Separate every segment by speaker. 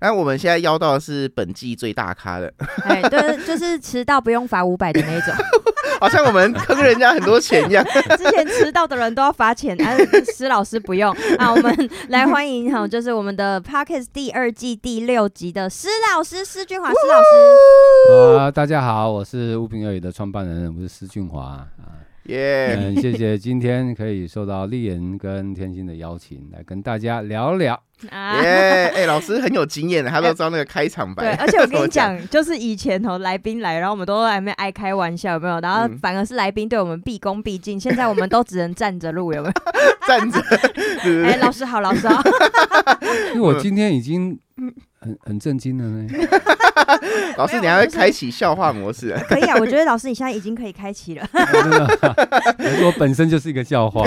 Speaker 1: 哎，我们现在邀到的是本季最大咖的，
Speaker 2: 哎，对，就是迟到不用罚五百的那一种。
Speaker 1: 好像我们坑人家很多钱一样。
Speaker 2: 之前迟到的人都要罚钱，啊，施老师不用啊。我 们来欢迎哈，就是我们的 Pockets 第二季第六集的施老师施俊华施老师。
Speaker 3: 啊，大家好，我是物品而已的创办人，我是施俊华啊。
Speaker 1: 耶、
Speaker 3: 嗯，谢谢今天可以受到丽人跟天心的邀请，来跟大家聊 聊。
Speaker 2: 啊
Speaker 1: 耶！哎，老师很有经验的，他都知道那个开场
Speaker 2: 哎对，
Speaker 1: 白。
Speaker 2: 而且我跟
Speaker 1: 我
Speaker 2: 你
Speaker 1: 讲
Speaker 2: 讲，就是以前哦，来宾来，然后我们都还没爱开玩笑，有没有？然后
Speaker 1: 嗯
Speaker 2: 反而是来宾对我们毕恭毕敬，现在我们都只能站着录，有 没有？
Speaker 1: 站着，对
Speaker 2: 哎，老师好，老师好，
Speaker 3: 因为我今天已经很很震惊了呢。
Speaker 1: 老师等
Speaker 2: 没有
Speaker 1: 一下会
Speaker 2: 就是
Speaker 1: 开启笑话模式。
Speaker 2: 可以啊，我觉得老师你现在已经可以开启了。
Speaker 3: 真的啊，可是我本身就是一个 笑话。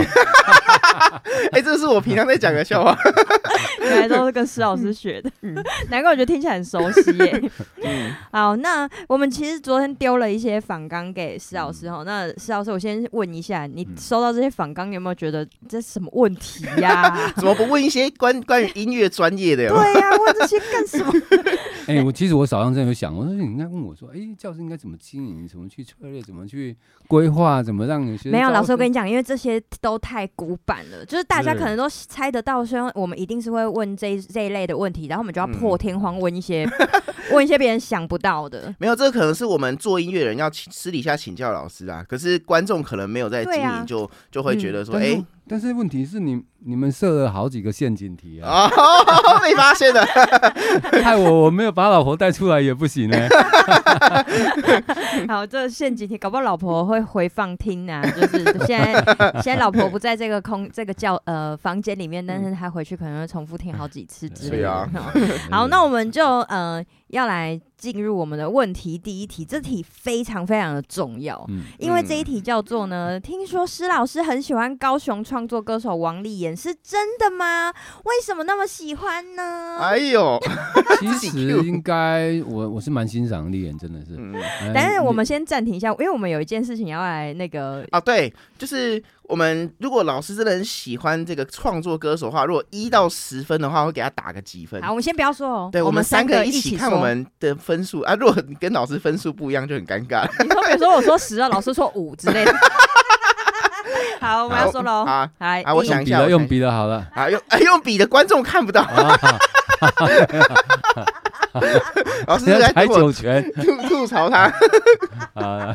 Speaker 1: 哎，这是我平常在讲的笑 话。
Speaker 2: 原来都是跟施老师学的， 难怪我觉得听起来很熟悉耶。
Speaker 1: 嗯，
Speaker 2: 好，那我们其实昨天丢了一些访纲给施老
Speaker 1: 嗯
Speaker 2: 师哦。那施老师，我先问一下，你
Speaker 3: 嗯
Speaker 2: 收到这些访纲，你有没有觉得这是什么问题 呀、
Speaker 1: 怎么不问一些关关于音乐专业的？
Speaker 2: 对呀、问这些干什么？
Speaker 3: 哎、我其实我早上真的有想，我说你应该问我说，哎、教室应该怎么经营，怎么去策略，怎么去规划，怎么让你学生
Speaker 2: 没有，老师，我跟
Speaker 3: 你
Speaker 2: 你讲，因为这些都太古板了，就是大家
Speaker 3: 是
Speaker 2: 可能都猜得到，说我们一定是会问这一这一类的问题，然后我们就要
Speaker 1: 嗯
Speaker 2: 破天荒问一些、 问一些别人想不到的。
Speaker 1: 没有，这可能是我们做音乐人要请私底下请教老师啊。可是观众可能没有在经
Speaker 2: 对啊嗯
Speaker 1: 营，就就会觉得说，
Speaker 3: 但是
Speaker 1: 哎
Speaker 3: 我，但是问题是你你们设了好几个陷阱题 啊，
Speaker 1: 哦，被发现了。
Speaker 3: 害我我没有把老婆带出来也不行 呢、
Speaker 2: 好，这陷阱题，搞不好老婆会回放听啊。就是现在，现在老婆不在这个空这个教呃房间里面，但是她回去可能会重复听好几次之类
Speaker 1: 对
Speaker 2: 的。
Speaker 1: 啊
Speaker 2: 好，那我们就呃要来进入我们的问题第一题，这题非常非常的重要。
Speaker 3: 嗯，
Speaker 2: 因为这一题叫做呢，听说施老师很喜欢高雄创作歌手王丽妍，是真的吗？为什么那么喜欢呢？
Speaker 1: 哎呦，
Speaker 3: 其
Speaker 1: 自己
Speaker 3: 实
Speaker 1: Q
Speaker 3: 应该我我是蛮欣赏丽妍，真的是。
Speaker 1: 嗯，
Speaker 3: 哎
Speaker 2: 但是我
Speaker 3: 你
Speaker 2: 们先暂停一下，因为我们有一件事情要来那个，
Speaker 1: 啊，对，就是我们如果老师真的很喜欢这个创作歌手的话，如果一到十分的话，会给他打个几分
Speaker 2: 好，。我们先不要说哦，
Speaker 1: 对，
Speaker 2: 我
Speaker 1: 我们
Speaker 2: 三
Speaker 1: 三个
Speaker 2: 一
Speaker 1: 一
Speaker 2: 起
Speaker 1: 起
Speaker 2: 说
Speaker 1: 看我。们的分数啊。如果你跟老师分数不一样，就很尴尬
Speaker 2: 你说比如说我说十，老师说五之 类的。好，我们要说喽。
Speaker 1: 啊
Speaker 2: 来，
Speaker 1: 啊我想一
Speaker 3: 用笔
Speaker 1: 下
Speaker 3: 了，
Speaker 1: 我
Speaker 3: 用
Speaker 1: 想
Speaker 3: 笔了，好了。
Speaker 1: 啊！用啊用笔的观众看不 到，
Speaker 3: 啊，
Speaker 1: 老师
Speaker 3: 现在
Speaker 1: 在
Speaker 3: 才
Speaker 1: 跟我
Speaker 3: 九拳
Speaker 1: 吐吐槽他。
Speaker 3: 啊！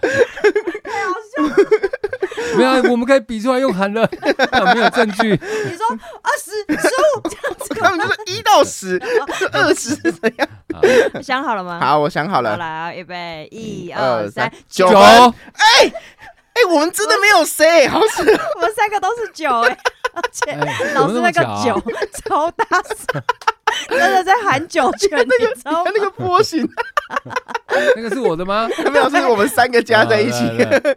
Speaker 3: 没有，我们可以比出来用喊的， 啊没有证据。
Speaker 2: 你说二十、十五这样子
Speaker 1: 他们就是一到十， 二十是怎样？
Speaker 3: 啊
Speaker 2: 我，想哦好了吗？
Speaker 1: 好，我想好
Speaker 2: 好
Speaker 1: 了，
Speaker 2: 了，预备，一
Speaker 1: 一
Speaker 2: 二
Speaker 1: 二
Speaker 2: 三
Speaker 1: 三，九分哎、我们真的没有谁，好是
Speaker 2: 我们三个都是九哎， 而且
Speaker 3: 哎
Speaker 2: 老师那个，
Speaker 3: 怎么
Speaker 2: 酒 超大声，真的在喊酒泉，你知道 吗
Speaker 1: 他？那个波形，
Speaker 3: 么巧那个是我的吗？
Speaker 1: 没有，是我们三个 加在一起
Speaker 3: 啊。来来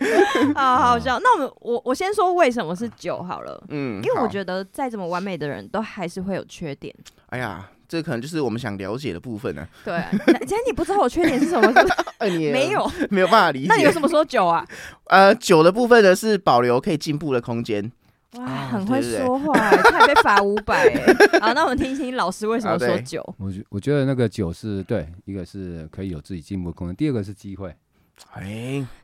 Speaker 3: 来
Speaker 2: 好好笑。那我们我我先说为什么是酒好了，
Speaker 1: 嗯，
Speaker 2: 因为我
Speaker 1: 好
Speaker 2: 觉得再怎么完美的人都还是会有缺点。
Speaker 1: 哎呀，这可能就是我们想了解的部分呢、
Speaker 2: 对，其实你不知道我缺点是什么，是不是
Speaker 1: 啊。哎，你也
Speaker 2: 呃没有。
Speaker 1: 没有办法理
Speaker 2: 那你为
Speaker 1: 解。
Speaker 2: 什么说酒啊？
Speaker 1: 呃，九的部分呢是保留可以进步的空间。
Speaker 2: 哇，
Speaker 1: 啊
Speaker 2: 很会
Speaker 1: 对对对
Speaker 2: 说话欸，差点被罚五百。欸好，那我们听听老师为什么
Speaker 1: 啊
Speaker 2: 说
Speaker 1: 对
Speaker 2: 酒。
Speaker 3: 我觉我觉得那个酒是对，一个是可以有自己进步的空间，第二个是机会。
Speaker 1: 哎，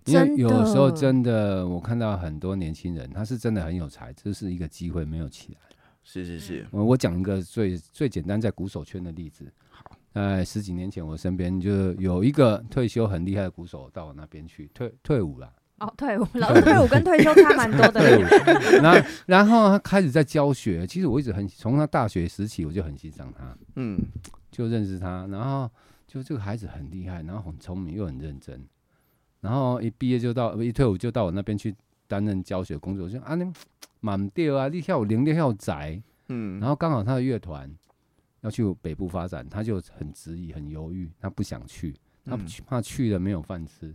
Speaker 3: 因为
Speaker 2: 真
Speaker 3: 有时候
Speaker 2: 的
Speaker 3: 真的，我看到很多年轻人，他是真的很有才，这是一个机会没有起来。
Speaker 1: 是是是，
Speaker 3: 呃我我讲一个最最简单在鼓手圈的例子。好，呃，十几年前我身边就有一个退休很厉害的鼓手到我那边去退退伍了，
Speaker 2: 哦，退伍，老师退伍跟退休差蛮多
Speaker 3: 退伍
Speaker 2: 的。，
Speaker 3: 然后 然后他开始在教学。其实我一直很从他大学时期我就很欣赏他，
Speaker 1: 嗯，
Speaker 3: 就认识他，然后就这个孩子很厉害，然后很聪明又很认真，然后一毕业就到一退伍就到我那边去担任教学工作，我就啊你满掉啊，你跳舞零，你跳宅。
Speaker 1: 嗯，
Speaker 3: 然后刚好他的乐团要去北部发展，他就很质疑、很犹豫，他不想去，他
Speaker 1: 嗯
Speaker 3: 去怕去了没有饭吃。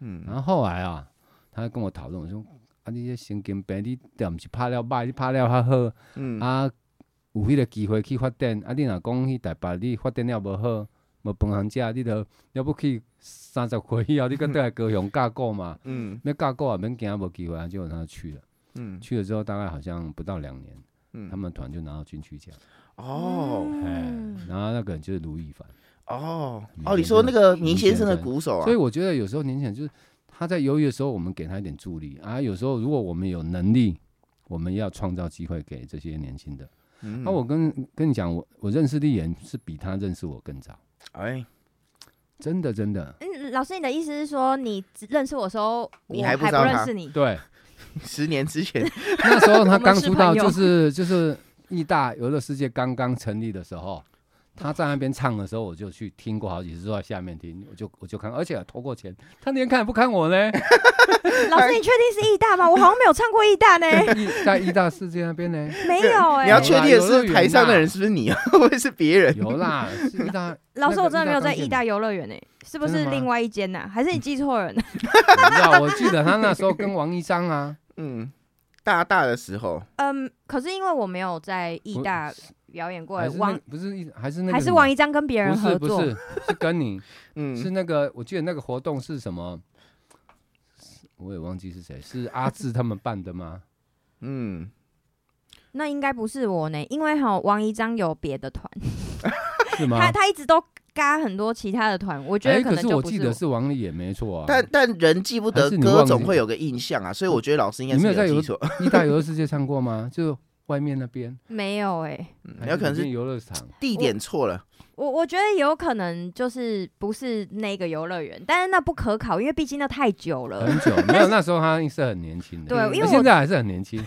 Speaker 3: 然
Speaker 1: 嗯，
Speaker 3: 后后来啊，他跟我讨论，我说：“啊，你这神经病，你点是拍了歹，你拍了较好、
Speaker 1: 嗯，
Speaker 3: 啊，有迄个机会去发展啊。你若讲去台北，你发展了无好，无饭通食，你都要不去三十岁以后，你搁倒来高雄架构嘛？
Speaker 1: 嗯，
Speaker 3: 要架构也免惊无机会啊，结果他就去了。
Speaker 1: 嗯，
Speaker 3: 去了之后，大概好像不到两年，
Speaker 1: 嗯
Speaker 3: 他们团就拿到金曲奖。
Speaker 1: 哦
Speaker 3: 哎
Speaker 2: 嗯，
Speaker 3: 然后那个人就是卢亦凡。
Speaker 1: 哦
Speaker 3: 嗯
Speaker 1: 哦，你说那个倪先生的鼓手啊
Speaker 3: 所以？我觉得有时候年轻人就是他在犹豫的时候，我们给他一点助力啊。有时候如果我们有能力，我们要创造机会给这些年轻的。啊
Speaker 1: 嗯
Speaker 3: 那、我跟跟你讲，我我认识丽妍是比他认识我更早，
Speaker 1: 哎，
Speaker 3: 真的真的。
Speaker 2: 嗯，老师，你的意思是说，你只认识我的时候，
Speaker 1: 你
Speaker 2: 我
Speaker 1: 还
Speaker 2: 还
Speaker 1: 不知道
Speaker 2: 认
Speaker 1: 他
Speaker 2: 识你？
Speaker 3: 对，
Speaker 1: 十年之前，
Speaker 3: 那时候他刚 出
Speaker 2: 我
Speaker 3: 道，
Speaker 2: 们是朋友
Speaker 3: 就是就是义大游乐世界刚刚成立的时候，他在那边唱的时候，我就去听过好几次，坐在下面听，我就我就看，而且还投过钱，他连看也不看 我呢。
Speaker 2: 老师，你确定是义 大吗？我好像没有唱过义大呢，
Speaker 3: 义在义大世界那边呢，
Speaker 2: 没有哎、
Speaker 1: 你要
Speaker 3: 去
Speaker 1: 确定的是台上的人是不是你啊， 或者是别人？
Speaker 3: 有啦，是义大
Speaker 2: 老师，
Speaker 3: 那个
Speaker 2: 我真的没有在
Speaker 3: 义
Speaker 2: 义
Speaker 3: 大
Speaker 2: 大游乐园诶，是不
Speaker 3: 真的
Speaker 2: 是
Speaker 3: 吗
Speaker 2: 另外一间呐、啊还是你记错人？
Speaker 3: 不知道，我记得他那时候跟王一章啊，
Speaker 1: 嗯，大大的时候，
Speaker 2: 嗯，可是因为我没有在义大表演过
Speaker 3: 还
Speaker 2: 欸，
Speaker 3: 是那
Speaker 2: 王
Speaker 3: 不是一还是那个
Speaker 2: 还是
Speaker 3: 什么
Speaker 2: 王一章跟别人
Speaker 3: 不是
Speaker 2: 合
Speaker 3: 不
Speaker 2: 作，
Speaker 3: 是是跟 你是
Speaker 1: 嗯，
Speaker 3: 那个，我记得那个活动是什么，我也忘记是谁，是阿志他们办的吗？
Speaker 1: 嗯，
Speaker 2: 那应该不是我呢，因为哈王一章有别的 团，
Speaker 3: 是吗？
Speaker 2: 他他一直都嘎很多其他的团，我觉
Speaker 3: 哎，
Speaker 2: 得
Speaker 3: 可
Speaker 2: 能
Speaker 3: 是
Speaker 2: 就
Speaker 3: 我
Speaker 2: 不
Speaker 3: 记得是王丽也没错啊。
Speaker 1: 但但人记不
Speaker 3: 还
Speaker 1: 得
Speaker 3: 是你忘
Speaker 1: 歌，
Speaker 3: 记
Speaker 1: 总会有个印象啊，所以我觉得老师应该
Speaker 3: 你没
Speaker 1: 是
Speaker 3: 有在
Speaker 1: 记
Speaker 3: 游
Speaker 1: 错，
Speaker 3: 一大游乐世界唱过吗？ 就外面那边，
Speaker 2: 没有哎、
Speaker 1: 嗯
Speaker 3: 还
Speaker 1: 有可能
Speaker 3: 里面
Speaker 1: 是
Speaker 3: 游乐场。
Speaker 1: 地点错了。
Speaker 2: 我我觉得有可能就是不是那个游乐园，但是那不可考，因为毕竟那太久了。
Speaker 3: 很久没有，那时候他是很年轻的，
Speaker 2: 呃 对
Speaker 3: 嗯
Speaker 2: 因为我
Speaker 3: 他哎现在还是很年轻。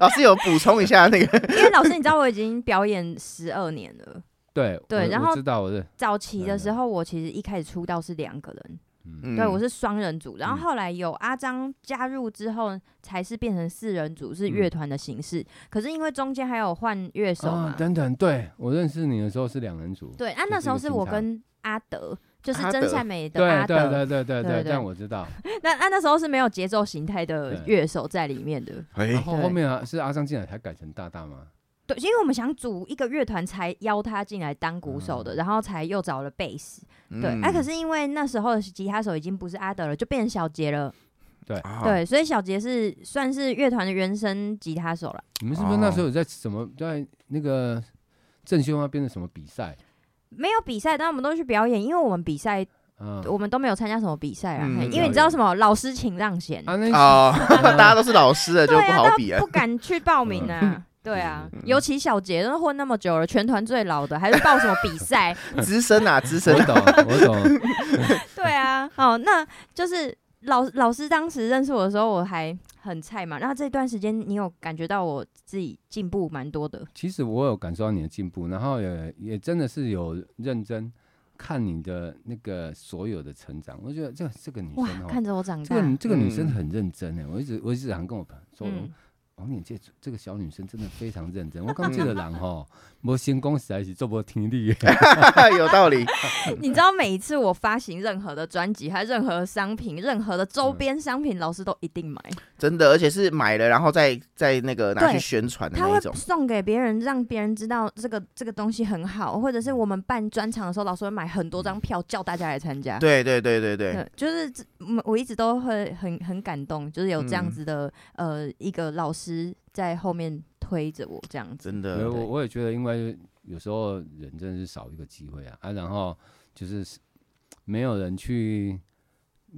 Speaker 1: 老师有补充一下那 个，
Speaker 2: 因为老师，你知道我已经表演十二年了。
Speaker 3: 对
Speaker 2: 对
Speaker 3: 我
Speaker 2: 然
Speaker 3: 我
Speaker 2: 后
Speaker 3: 知道我是，
Speaker 2: 早期的时候，我其实一开始出道是两个人，
Speaker 3: 嗯，
Speaker 1: 嗯
Speaker 2: 对我是双人组，然后
Speaker 3: 嗯
Speaker 2: 后来有阿张加入之后，才是变成四人组，是
Speaker 3: 嗯
Speaker 2: 乐团的形式。可是因为中间还有换乐手嘛
Speaker 3: 啊，，等等，对我认识你的时候是两人组，
Speaker 2: 对，啊
Speaker 3: 就，
Speaker 2: 那
Speaker 3: 是
Speaker 2: 时候
Speaker 3: 一个
Speaker 2: 是
Speaker 3: 清
Speaker 2: 我
Speaker 3: 唱
Speaker 2: 跟阿德，就是
Speaker 1: 阿
Speaker 2: 真
Speaker 1: 德
Speaker 2: 善美的
Speaker 3: 对
Speaker 2: 阿
Speaker 3: 对
Speaker 2: 德，
Speaker 3: 对对
Speaker 2: 对
Speaker 3: 对对，
Speaker 2: 对
Speaker 3: 但我知道。
Speaker 2: 那啊那时候是没有节奏形态的
Speaker 3: 对
Speaker 2: 乐手在里面的。
Speaker 3: 然
Speaker 1: 哎，
Speaker 3: 后
Speaker 2: 对
Speaker 3: 后面啊是阿张进来才改成大大吗？
Speaker 2: 对，因为我们想组一个乐团，才邀他进来当鼓手
Speaker 3: 嗯
Speaker 2: 的，然后才又找了贝斯。对，哎、
Speaker 1: 嗯
Speaker 2: 可是因为那时候的吉他手已经不是阿德了，就变成小杰了。
Speaker 3: 哦
Speaker 1: 啊
Speaker 2: 对，所以小杰是算是乐团的原声吉他手了。
Speaker 3: 你们是不是
Speaker 1: 哦
Speaker 3: 那时候有在什么在那个正修那边的什么比赛？
Speaker 2: 没有比赛，但我们都去表演，因为我们比赛，
Speaker 3: 啊，
Speaker 2: 我们都没有参加什么比赛啊。
Speaker 1: 嗯
Speaker 2: 嘿
Speaker 1: 嗯
Speaker 2: 因为你知道什么，老师请让贤，
Speaker 3: 啊 那
Speaker 1: 哦， 大家都是老师了，就
Speaker 2: 对
Speaker 1: 不
Speaker 2: 啊，
Speaker 1: 好比
Speaker 2: 都
Speaker 1: 了
Speaker 2: 不。敢去报名啊。对啊，尤其小杰都混那么久了，全团最老的，还是报什么比赛？
Speaker 1: 资深啊，资深
Speaker 3: 我，懂我懂，
Speaker 2: 对啊，哦，那就是老老师当时认识我的时候，我还很菜嘛。那这段时间，你有感觉到我自己进步蛮多的？
Speaker 3: 其实我有感受到你的进步，然后也也真的是有认真看你的那个所有的成长。我觉得这这个女
Speaker 2: 哇
Speaker 3: 生，哦，
Speaker 2: 看着我长
Speaker 3: 这
Speaker 2: 大，
Speaker 3: 个女这个女生
Speaker 1: 嗯
Speaker 3: 很认真哎，我一直我一直想跟我朋友说，
Speaker 2: 嗯，
Speaker 3: 王脸这这个小女生真的非常认 真。我刚这个人吼，无成功实在是做不听力的。
Speaker 1: 有道理。
Speaker 2: 你知道每一次我发行任何的专辑，还有任何商品、任何的
Speaker 1: 嗯
Speaker 2: 周边商品，老师都一定买，
Speaker 1: 真的，而且是买了然后再再那个拿去
Speaker 2: 对
Speaker 1: 宣传的
Speaker 2: 他
Speaker 1: 那一
Speaker 2: 会
Speaker 1: 种。
Speaker 2: 送给别人，让别人知道这个这个东西很好，或者是我们办专场的时候，老师会买很多张票叫大家来参加。
Speaker 1: 对对对对嗯对，
Speaker 2: 啊对，就是这嗯我一直都会很很感动，就是有这样
Speaker 1: 嗯
Speaker 2: 子的、呃一个老师在后面推着我这样子。
Speaker 1: 真
Speaker 3: 所以
Speaker 1: 的
Speaker 3: 我我也觉得，因为有时候人真的是少一个机会啊啊，然后就是没有人去，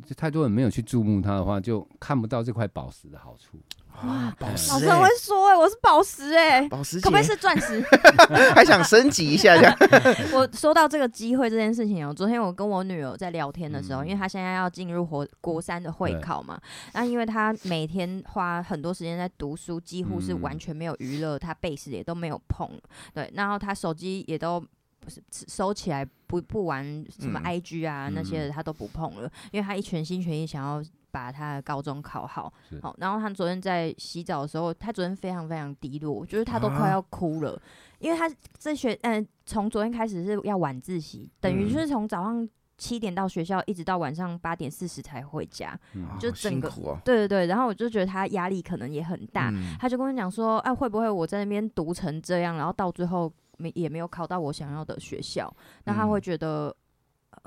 Speaker 3: 就太多人没有去注目它的话，就看不到这块宝石的好处。
Speaker 1: 哇，宝石
Speaker 2: 老师
Speaker 1: 欸
Speaker 2: 很会说哎、我是宝石哎、
Speaker 1: 宝石姐
Speaker 2: 可不可以是钻石？
Speaker 1: 还想升级一下这 样。哦
Speaker 2: 我说到这个机会这件事情哦，昨天我跟我女儿在聊天的时候，
Speaker 3: 嗯
Speaker 2: 因为她现在要进入国国三的会
Speaker 3: 对
Speaker 2: 考嘛，那因为她每天花很多时间在读书，几乎是
Speaker 3: 嗯
Speaker 2: 完全没有娱乐，她背时也都没有碰，对，然后她手机也都。不是收起来不不玩什么
Speaker 1: 嗯
Speaker 2: IG 啊、那些
Speaker 3: 嗯
Speaker 2: 的她都不碰了，因为她一全心全意想要把她的高中考好
Speaker 3: 是。
Speaker 2: 好，然后她昨天在洗澡的时候，她昨天非常非常低落，就是她都快
Speaker 1: 啊
Speaker 2: 要哭了，因为她这学嗯，从昨天开始是要晚自习，等于
Speaker 1: 嗯
Speaker 2: 就是从早上七点到学校，一直到晚上八点四十才回家。
Speaker 3: 嗯，
Speaker 1: 哦
Speaker 2: 就整
Speaker 1: 辛
Speaker 2: 个
Speaker 1: 苦哦。
Speaker 2: 对对对，然后我就觉得他压力可能也很大，
Speaker 1: 嗯
Speaker 2: 他就跟我讲说，哎、会不会我在那边读成这样，然后到最后没也没有考到我想要的学校，那他
Speaker 1: 嗯
Speaker 2: 会觉得。呃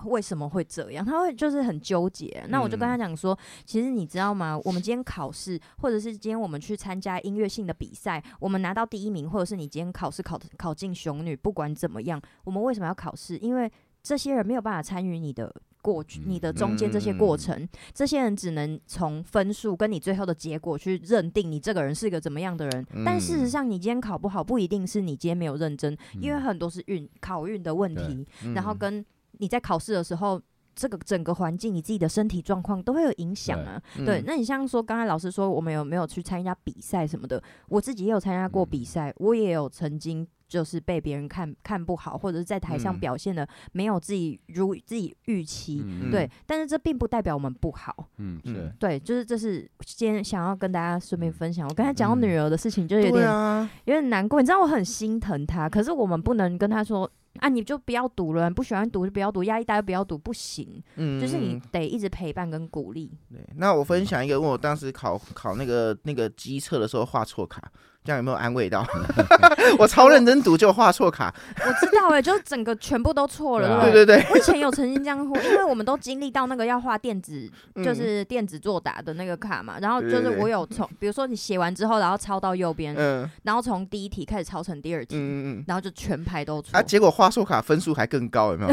Speaker 2: 为什么会这样，他会就是很纠结。那我就跟
Speaker 1: 嗯
Speaker 2: 他讲说，其实你知道吗？我们今天考试，或者是今天我们去参加音乐性的比赛，我们拿到第一名，或者是你今天考试考考进雄女，不管怎么样，我们为什么要考试？因为这些人没有办法参与你的。过去你的中间这些
Speaker 1: 嗯
Speaker 2: 过程，这些人只能从分数跟你最后的结果去认定你这个人是个怎么样的人。
Speaker 1: 嗯
Speaker 2: 但事实上，你今天考不好，不一定是你今天没有认真，
Speaker 1: 嗯
Speaker 2: 因为很多是运考运的问题，然后跟你在考试的时候。这个整个环境，你自己的身体状况都会有影响啊。
Speaker 1: 对
Speaker 2: 对
Speaker 1: 嗯，
Speaker 2: 那你像说刚才老师说，我们有没有去参加比赛什么的？我自己也有参加
Speaker 1: 嗯
Speaker 2: 过比赛，我也有曾经就是被别人看看不好，或者是在台上
Speaker 1: 嗯
Speaker 2: 表现的没有自己如自己预期。
Speaker 3: 嗯
Speaker 2: 对，但是这并不代表我们不好。
Speaker 3: 嗯是
Speaker 1: 嗯，
Speaker 2: 对，就是这是今天想要跟大家顺便
Speaker 3: 嗯
Speaker 2: 分享。我刚才讲到女儿的事情，就有
Speaker 1: 对
Speaker 2: 点、
Speaker 1: 啊，
Speaker 2: 有点难过。你知道我很心疼她，可是我们不能跟她说啊，你就不要读了，你不喜欢读就不要读，压力大就不要读，不行。
Speaker 1: 嗯，
Speaker 2: 就是你
Speaker 1: 嗯
Speaker 2: 得一直陪伴跟鼓励。
Speaker 1: 对，那我
Speaker 2: 嗯
Speaker 1: 分享一个，问我当时考考那个那个机测的时候画错卡，这样有没有安慰到？ 我超认真读，就画错 卡。
Speaker 2: 我知道哎、就整个全部都错了，
Speaker 3: 对
Speaker 1: 对
Speaker 2: 不对？
Speaker 1: 对 对，
Speaker 2: 我以前有曾经这样过，因为我们都经历到那个要画电子，
Speaker 1: 嗯
Speaker 2: 就是电子作答的那个卡嘛。然后就
Speaker 1: 对
Speaker 2: 是
Speaker 1: 对对
Speaker 2: 我有从，比如说你写完之后，然后抄到右边，
Speaker 1: 嗯
Speaker 2: 然后从第一题开始抄成第二
Speaker 1: 嗯
Speaker 2: 题，
Speaker 1: 嗯嗯，
Speaker 2: 然后就全排都错
Speaker 1: 啊，。结果画错卡分数还更高，有没 有？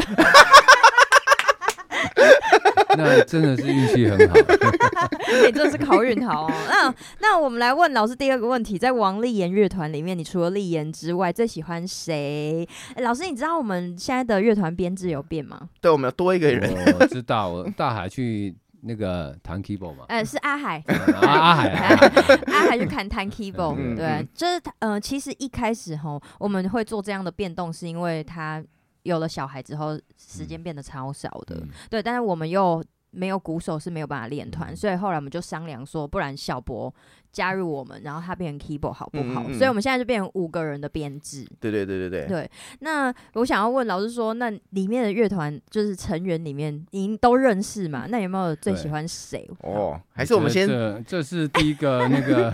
Speaker 3: 那真的是运气很 好。
Speaker 2: 你哎真的是考运好哦。那那我们来问老师第二个问题，在王丽妍乐团里面，你除了丽妍之外，最喜欢谁？哎老师，你知道我们现在的乐团编制有变吗？
Speaker 1: 对，我们有多一个
Speaker 2: 哦
Speaker 1: 人。
Speaker 3: 我知道， 我大海去那个弹 keyboard 嘛，
Speaker 2: 呃，是阿海，
Speaker 3: 啊阿海啊，阿海
Speaker 2: 啊，还去看 t a n k e b o
Speaker 3: 嗯
Speaker 2: 对
Speaker 1: 嗯，
Speaker 2: 就是他呃，其实一开始吼，我们会做这样的变动，是因为他有了小孩之后，时间变得超少的，
Speaker 3: 嗯
Speaker 2: 对，但是我们又。没有鼓手是没有办法练团，
Speaker 3: 嗯
Speaker 2: 所以后来我们就商量说，不然小博加入我们，然后他变成 keyboard 好不好？
Speaker 1: 嗯嗯嗯
Speaker 2: 所以我们现在就变成五个人的编制。
Speaker 1: 对对对对
Speaker 2: 对
Speaker 1: 对，
Speaker 2: 那我想要问老师说，那里面的乐团就是成员里面，您都认识嘛？那有没有最喜欢谁？
Speaker 1: 哦，还是我们先
Speaker 3: 这这是第一个那 个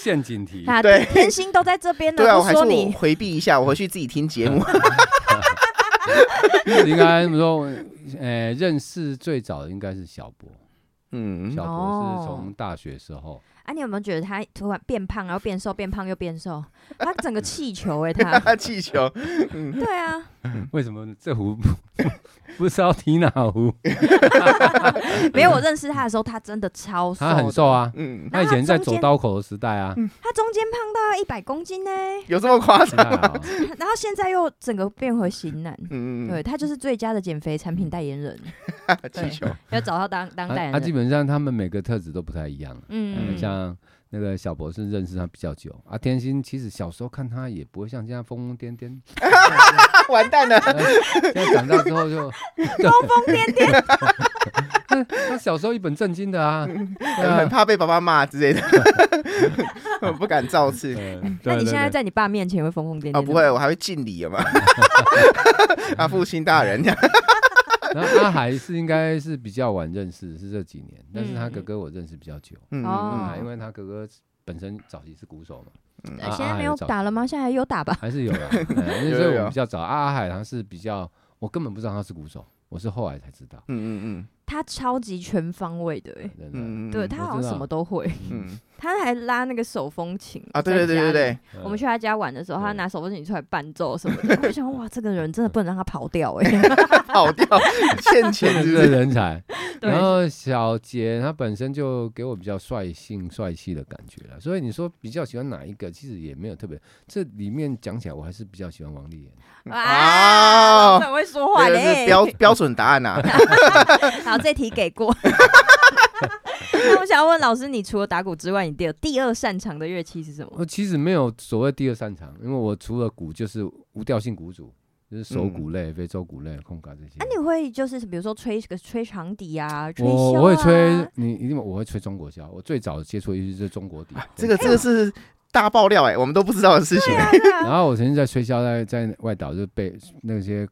Speaker 3: 陷阱题。
Speaker 2: 啊，
Speaker 1: 对
Speaker 2: 天心都在这 边
Speaker 1: 对啊，
Speaker 2: 了，
Speaker 1: 我
Speaker 2: 不
Speaker 1: 还是
Speaker 2: 说
Speaker 1: 我
Speaker 2: 你。
Speaker 1: 回避一下，我回去自己听节 目。
Speaker 3: 应该怎么说？呃，认识最早的应该是小博，
Speaker 1: 嗯，
Speaker 3: 小博
Speaker 2: 哦
Speaker 3: 是从大学时候，
Speaker 2: 啊，你有没有觉得他突然变胖，然后变瘦，变胖又变瘦？他整个气球 哎、他
Speaker 1: 气球，
Speaker 2: 对啊，
Speaker 1: 嗯
Speaker 3: 为什么这壶不知道提哪壶？
Speaker 2: 没有我认识他的时候，他真的超瘦，
Speaker 3: 他很瘦，啊，
Speaker 1: 嗯，
Speaker 3: 他以前在
Speaker 2: 中间嗯
Speaker 3: 走刀口的时代啊，
Speaker 2: 他中间胖到一百公斤呢、
Speaker 1: 有这么夸
Speaker 3: 是
Speaker 1: 张？
Speaker 3: 啊
Speaker 2: 然后现在又整个变回型男。
Speaker 1: 嗯
Speaker 2: 对
Speaker 1: 嗯
Speaker 2: 他就是最佳的减肥产品代言 人，
Speaker 1: 嗯，气
Speaker 2: 对
Speaker 1: 球，
Speaker 2: 要找他 当当代
Speaker 3: 他
Speaker 2: 言
Speaker 3: 他啊基
Speaker 2: 人。
Speaker 3: 本上他们每个特质都不太一样啊。
Speaker 2: 嗯，
Speaker 1: 嗯
Speaker 3: 像那个小博士认识他比较久啊，天心其实小时候看他也不会像现在疯疯癫癫，
Speaker 1: 完蛋了，
Speaker 3: 现在长大之后就
Speaker 2: 疯疯癫癫，
Speaker 3: 他 他小时候一本正经的啊，对
Speaker 1: 嗯很
Speaker 3: 啊，
Speaker 1: 怕被爸爸骂之类 的， 我不敢造次。
Speaker 3: 嗯
Speaker 2: 那
Speaker 3: 对
Speaker 2: 你现在
Speaker 3: 对对
Speaker 2: 在你爸面前会疯疯癫癫？
Speaker 1: 啊，不会，，我还会敬礼的嘛。 啊，父亲大人，
Speaker 3: 然后阿海是应该是比较晚认识，是这几年，但是他
Speaker 2: 嗯
Speaker 3: 哥哥我认识比较久，
Speaker 1: 嗯
Speaker 2: 哦
Speaker 3: 啊，因为他哥哥本身早期是鼓手嘛，
Speaker 1: 嗯
Speaker 3: 啊
Speaker 2: 呃现在
Speaker 3: 阿海
Speaker 2: 没有
Speaker 3: 找
Speaker 2: 打了吗？现在还有打吧？
Speaker 3: 还是 有啦，哎因为
Speaker 1: 有
Speaker 3: 所以
Speaker 1: 有
Speaker 3: 我比较早，啊阿海他是比较，我根本不知道他是鼓手，我是后来才知道，
Speaker 1: 嗯嗯
Speaker 2: 他超级全方位的、欸，
Speaker 3: 真的
Speaker 1: 嗯嗯，
Speaker 2: 对他好像
Speaker 3: 我知道
Speaker 2: 什么都会。
Speaker 1: 嗯
Speaker 2: 他还拉那个手风琴
Speaker 1: 啊，对对对对
Speaker 2: 在家里
Speaker 1: 对，
Speaker 3: 嗯
Speaker 2: 我 们去他家玩的时候，他
Speaker 3: 嗯
Speaker 2: 拿手风琴出来伴奏什么 的，我想哇，这个人真的不能让他跑掉哎、
Speaker 1: 跑掉，欠
Speaker 3: 真
Speaker 1: 钱
Speaker 3: 的
Speaker 1: 是
Speaker 3: 是
Speaker 1: 不是？
Speaker 3: 人才。
Speaker 2: 对
Speaker 3: 然后小杰他本身就给我比较率性、帅气的感觉了，所以你说比较喜欢哪一个，其实也没有特别。这里面讲起来，我还是比较喜欢王丽妍。
Speaker 2: 啊，
Speaker 1: 哦
Speaker 2: 很会说话
Speaker 1: 这个
Speaker 2: 嘞
Speaker 1: 是。标标准答案啊 呐。
Speaker 2: 好，这题给过。 那我想要问老师，你除了打鼓之外，你第第二擅长的乐器是什么？
Speaker 3: 我其实没有所谓第二擅长，因为我除了鼓就是无调性鼓组，就是手
Speaker 1: 嗯
Speaker 3: 鼓类、非洲鼓类、空嘎这些。
Speaker 2: 那、啊你会就是比如说吹个吹长笛啊，吹箫
Speaker 3: 我
Speaker 2: 啊，
Speaker 3: 我会吹，你一定我会吹中国箫。我最早接触的就是中国笛。
Speaker 1: 啊这个这个是大爆料哎，我们都不知道的事情。
Speaker 3: 然后我曾经在吹箫，在在外岛就被那些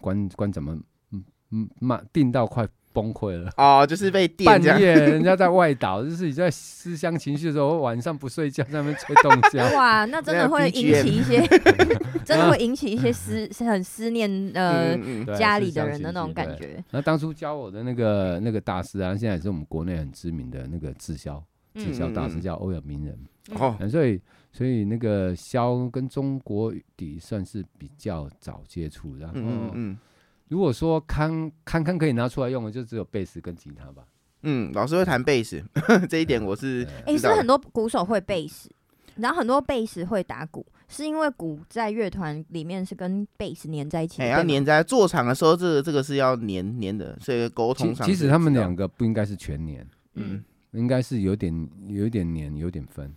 Speaker 3: 官官长们嗯嗯骂定到快崩溃了。
Speaker 1: 哦，就是被电
Speaker 3: 半
Speaker 1: 这样。
Speaker 3: 夜人家在外岛，就是你在思乡情绪的时候，晚上不睡觉，在那边吹洞箫
Speaker 2: 哇，那真的
Speaker 1: 没有
Speaker 2: 会引
Speaker 1: BGM
Speaker 2: 起一些， 真的会引起一些思很思念呃
Speaker 1: 嗯嗯
Speaker 3: 对啊
Speaker 2: 家里
Speaker 3: 思乡
Speaker 2: 的人的
Speaker 3: 情
Speaker 2: 那种
Speaker 3: 绪
Speaker 2: 感
Speaker 3: 对
Speaker 2: 觉。
Speaker 3: 那当初教我的那个那个大师啊，现在也是我们国内很知名的那个滞销滞销大
Speaker 1: 嗯嗯
Speaker 3: 师，
Speaker 1: 嗯
Speaker 3: 叫欧阳明仁。
Speaker 1: 嗯
Speaker 2: 呃
Speaker 1: 哦，
Speaker 3: 嗯，所以所以那个箫跟中国底算是比较早接触，然后、
Speaker 1: 嗯嗯嗯
Speaker 3: 如果说康康康可以拿出来用的，就只有贝斯跟吉他吧。
Speaker 1: 嗯，老师会弹贝斯， 这一点我是
Speaker 2: 哎、
Speaker 1: 知
Speaker 2: 是
Speaker 1: 道
Speaker 2: 很多鼓手会贝斯，然后很多贝斯会打鼓，是因为鼓在乐团里面是跟贝斯粘在一起的。
Speaker 1: 哎
Speaker 2: 对
Speaker 1: 要
Speaker 2: 吗
Speaker 1: 粘在做场的时候，这个这个是要粘粘的，所以沟
Speaker 3: 其
Speaker 1: 通上
Speaker 3: 其
Speaker 1: 是
Speaker 3: 实他们
Speaker 1: 知道
Speaker 3: 两个不应该是全年，
Speaker 2: 嗯
Speaker 1: 嗯。
Speaker 3: 应该是有点有点年，有点分。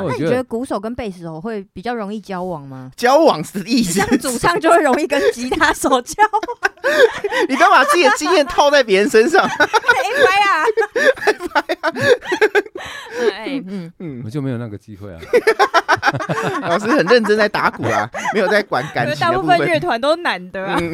Speaker 1: 哦？
Speaker 3: 我
Speaker 2: 那你
Speaker 3: 觉
Speaker 2: 觉
Speaker 3: 得
Speaker 2: 得鼓手跟贝斯手会比较容易交往吗
Speaker 1: 交往是意思
Speaker 2: 像，主唱就会容易跟吉他手交 往。
Speaker 1: 你干嘛把自己的经验套在别人身上？
Speaker 2: 哎拍啊！
Speaker 4: 啊
Speaker 2: 哎嗯，
Speaker 1: 嗯
Speaker 3: 我，就没有那个机会啊。
Speaker 1: 老师很认真在打鼓啦，没有在管感
Speaker 3: 哎
Speaker 4: 因为
Speaker 1: 情
Speaker 4: 大
Speaker 1: 的
Speaker 4: 部
Speaker 1: 部
Speaker 4: 分
Speaker 1: 分
Speaker 4: 乐。团都男的啊，
Speaker 1: 嗯，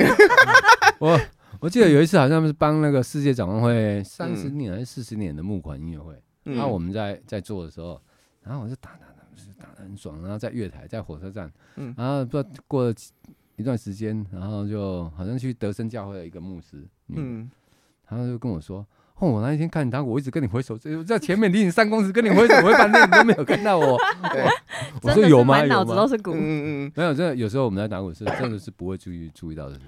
Speaker 3: 我我记得有一次好像是帮那个世界展望会三十年还是四十年的募款音乐会，
Speaker 1: 嗯
Speaker 3: 然后啊我们在在做的时候，然后我就打打打，就是打的很爽，然后在月台，在火车站，
Speaker 1: 嗯
Speaker 3: 然后不知道过了几一段时间，然后就好像去德胜教会的一个牧师，嗯，
Speaker 1: 嗯，
Speaker 3: 他就跟我说。哦，我那一天看你打鼓，我一直跟你挥手，我在前面离你三公尺跟你挥手，我半天你都没有看 到我。
Speaker 1: 对，
Speaker 3: 嗯我
Speaker 4: 真
Speaker 3: 说
Speaker 4: 的
Speaker 3: 有
Speaker 4: 是
Speaker 3: 吗？
Speaker 4: 满脑
Speaker 3: 有
Speaker 4: 子都
Speaker 3: 吗？
Speaker 4: 是鼓。
Speaker 1: 嗯嗯，
Speaker 3: 没有，真的有时候我们在打鼓是真的是不会注意注意到这些，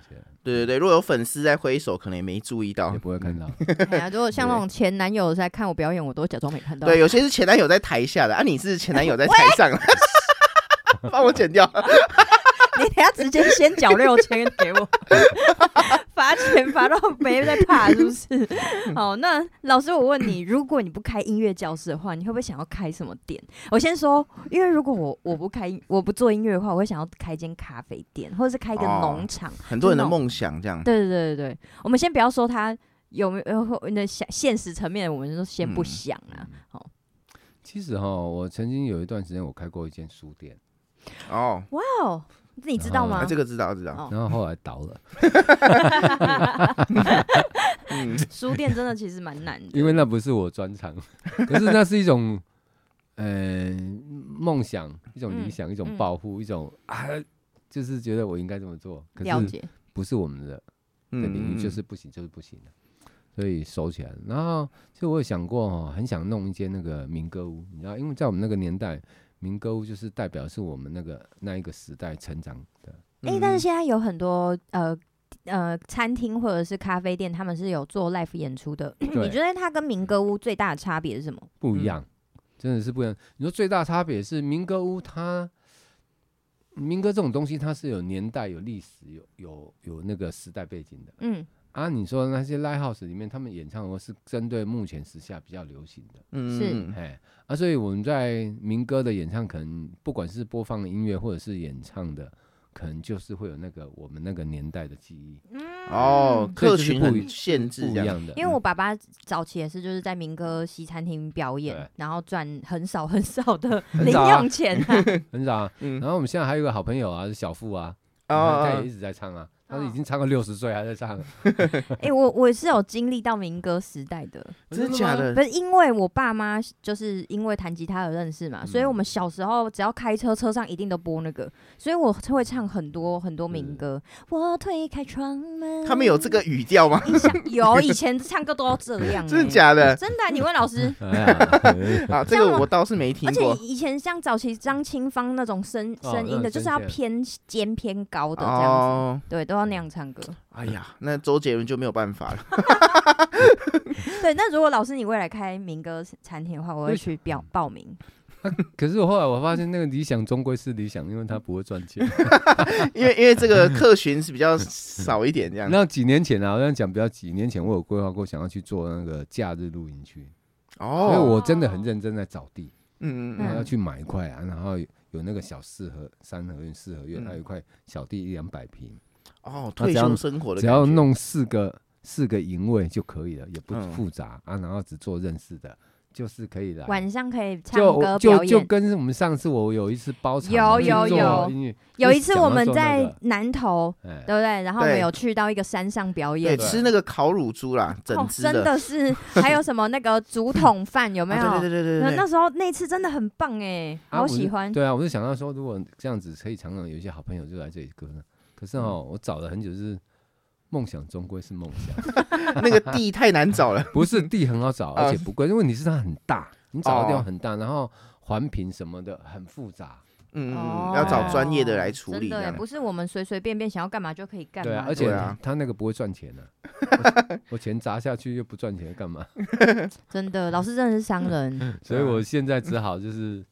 Speaker 1: 对对对，如果有粉丝在挥手，可能也没注意到
Speaker 3: 也，不会看到。
Speaker 2: 哎呀，如果像那种前男友在看我表演，我都假装没看到。
Speaker 1: 对，，有些是前男友在台下的，啊，你是前男友在台上， 帮我剪掉。
Speaker 2: 你等下直接先缴六千给我， 罚钱罚到没在怕是不是？好，那老师我问你，如果你不开音乐教室的话，你会不会想要开什么店？我先说，因为如果我我不开音我不做音乐的话，我会想要开间咖啡店，或者是开一个
Speaker 1: 哦
Speaker 2: 农场。
Speaker 1: 很多人的梦想这样，
Speaker 2: 对对对对对，我们先不要说他有没有呃那想现实层面，我们就先不
Speaker 1: 嗯
Speaker 2: 想啊。
Speaker 3: 其实哈，我曾经有一段时间我开过一间书店，
Speaker 1: 哦，啊
Speaker 2: 哇哦，你知道
Speaker 3: 然后
Speaker 2: 吗？
Speaker 1: 那这个知道知道，
Speaker 2: 哦
Speaker 3: 然后后来倒 了，
Speaker 1: 嗯，
Speaker 2: 书店真的其实蛮难的，
Speaker 3: 因为那不是我专长， 可是那是一种呃梦想，一种理
Speaker 2: 嗯
Speaker 3: 想，一种抱负，一种啊，就是觉得我应该这么做，可
Speaker 2: 了
Speaker 3: 是
Speaker 2: 解。
Speaker 3: 不是我们的的领
Speaker 1: 嗯，
Speaker 3: 域，就是不行，就是不行的。所以收起来了。然后，其实我有想过哦，很想弄一间那个民歌屋，你知道，因为在我们那个年代，民歌屋就是代表是我们那个那一个时代成长的
Speaker 2: 哎、但是
Speaker 1: 嗯
Speaker 2: 现在有很多呃呃餐厅或者是咖啡店，他们是有做 live 演出的。
Speaker 3: 对
Speaker 2: 你觉得它跟民歌屋最大的差别是什么？
Speaker 3: 不一
Speaker 1: 嗯
Speaker 3: 样，真的是不一样。你说最大差别是民歌屋它，民歌这种东西它是有年代、有历史、有有有那个时代背景的
Speaker 2: 嗯，
Speaker 3: 啊。你说那些 live house 里面，他们演唱会是针对目前时下比较流行的，
Speaker 1: 嗯，
Speaker 3: 哎啊，所以我们在民歌的演唱，可能不管是播放的音乐或者是演唱的。可能就是会有那个我们那个年代的记忆
Speaker 1: 哦，
Speaker 3: 嗯所以
Speaker 1: 客
Speaker 3: 就是
Speaker 1: 群
Speaker 3: 不
Speaker 1: 很
Speaker 3: 一
Speaker 1: 限
Speaker 3: 不
Speaker 1: 制
Speaker 3: 一
Speaker 1: 这样，
Speaker 3: 样的，
Speaker 2: 因为我爸爸早期也是就是在民歌西餐厅表
Speaker 3: 对
Speaker 2: 演，然后赚很少很少的零
Speaker 3: 少啊
Speaker 2: 用钱啊。
Speaker 3: 嗯很少啊。
Speaker 1: 嗯
Speaker 3: 然后我们现在还有一个好朋友啊，是小付啊，
Speaker 1: 哦
Speaker 3: 他也
Speaker 1: 哦
Speaker 3: 一，直在唱啊，他
Speaker 2: 哦
Speaker 3: 已经唱到六十岁还在唱啊，
Speaker 2: 哎、我我是有经历到民歌时代的，
Speaker 1: 真的假的
Speaker 2: 不？是因为我爸妈就是因为弹吉他而认识嘛，所以
Speaker 3: 嗯。
Speaker 2: 我们小时候只要开车，车上一定都播那个，所以我会唱很多很多民歌。我推开窗门，
Speaker 1: 他们有这个语调吗？
Speaker 2: 印象 有，以前唱歌都要这样、欸，
Speaker 1: 真的假的？
Speaker 2: 真的啊、你问老师
Speaker 3: 哎呀
Speaker 1: 啊，这
Speaker 2: 像
Speaker 1: 个
Speaker 2: 我
Speaker 1: 我倒是没听
Speaker 2: 而且
Speaker 1: 过。
Speaker 2: 以前像早期张清芳那种声
Speaker 3: 哦
Speaker 2: 声音
Speaker 3: 那
Speaker 2: 的，就
Speaker 3: 种
Speaker 2: 是要
Speaker 3: 声线
Speaker 2: 偏尖偏高的这样子，
Speaker 1: 哦，
Speaker 2: 对，都要那样唱歌。
Speaker 1: 哎呀，那周杰伦就没有办法了。
Speaker 2: 对，那如果老师你未来开民歌餐厅的话，我会
Speaker 3: 为
Speaker 2: 去表报名。
Speaker 3: 可是我后来我发现那个理想终归是理想，因为他不会赚 钱。
Speaker 1: 因为因为这个客群是比 较少一点这样。
Speaker 3: 那几年前啊，我想讲比较几年前，我有规划过想要去做那个假日露营区，所以
Speaker 1: 哦，
Speaker 3: 我真的很认真在找地，
Speaker 1: 嗯
Speaker 3: 然后要
Speaker 1: 嗯
Speaker 3: 去买一块啊，然后有有那个小四合三合院四合院，
Speaker 1: 嗯
Speaker 3: 还有一块小地一两百平，
Speaker 1: 哦，
Speaker 3: 那
Speaker 1: 退
Speaker 3: 只要
Speaker 1: 休生活的
Speaker 3: 只
Speaker 1: 感觉
Speaker 3: 要弄四个四个营位就可以了，也不
Speaker 1: 嗯
Speaker 3: 复杂啊，然后只做认识的，就是可以来。
Speaker 2: 晚上可以唱歌
Speaker 3: 就
Speaker 2: 表
Speaker 3: 就就
Speaker 2: 演。
Speaker 3: 跟我们上次我有一次包场
Speaker 2: 有
Speaker 3: 嘛，去
Speaker 2: 有
Speaker 3: 做
Speaker 2: 有
Speaker 3: 音乐，
Speaker 2: 有
Speaker 3: 就
Speaker 2: 一次
Speaker 3: 想
Speaker 2: 我
Speaker 3: 要
Speaker 2: 们
Speaker 3: 做那
Speaker 2: 在
Speaker 3: 个
Speaker 2: 南投，
Speaker 3: 哎
Speaker 2: 对不对？然后我们
Speaker 1: 对
Speaker 2: 有去到一个山上表
Speaker 1: 对，
Speaker 2: 演，
Speaker 3: 对
Speaker 1: 吃那个烤乳猪啦，整
Speaker 2: 哦，
Speaker 1: 只
Speaker 2: 真的是还有什么那个竹筒饭有没有？
Speaker 1: 啊对对对对
Speaker 2: 那
Speaker 1: 对
Speaker 2: 那
Speaker 1: 对，
Speaker 2: 时候那次真的很棒哎，
Speaker 3: 啊
Speaker 2: 好
Speaker 3: 我
Speaker 2: 喜
Speaker 3: 就
Speaker 2: 欢。
Speaker 3: 对啊，我就想到说，如果这样子可以常常有一些好朋友就来这里歌呢。可
Speaker 2: 嗯
Speaker 3: 是哦，我找了很久，就是梦想终归是梦想，
Speaker 1: 那个地太难找了，
Speaker 3: 不是地很好找，
Speaker 1: 啊
Speaker 3: 而且不贵。因为你是它很大，你找的地
Speaker 1: 哦
Speaker 3: 方很大，然后环评什么的很复杂，
Speaker 1: 嗯，嗯
Speaker 2: 哦
Speaker 1: 嗯，要找专业的来处理
Speaker 2: 真
Speaker 1: 这
Speaker 2: 的耶欸
Speaker 1: 样。
Speaker 2: 不是我们随随便便想要干嘛就可以干嘛
Speaker 3: 对
Speaker 2: 的。
Speaker 3: 啊，而且
Speaker 1: 对啊
Speaker 3: 它那个不会赚 钱的，我我钱砸下去又不赚钱，干嘛？
Speaker 2: 真的，老师真的是商
Speaker 1: 嗯
Speaker 2: 人，
Speaker 3: 所以我现在只好就是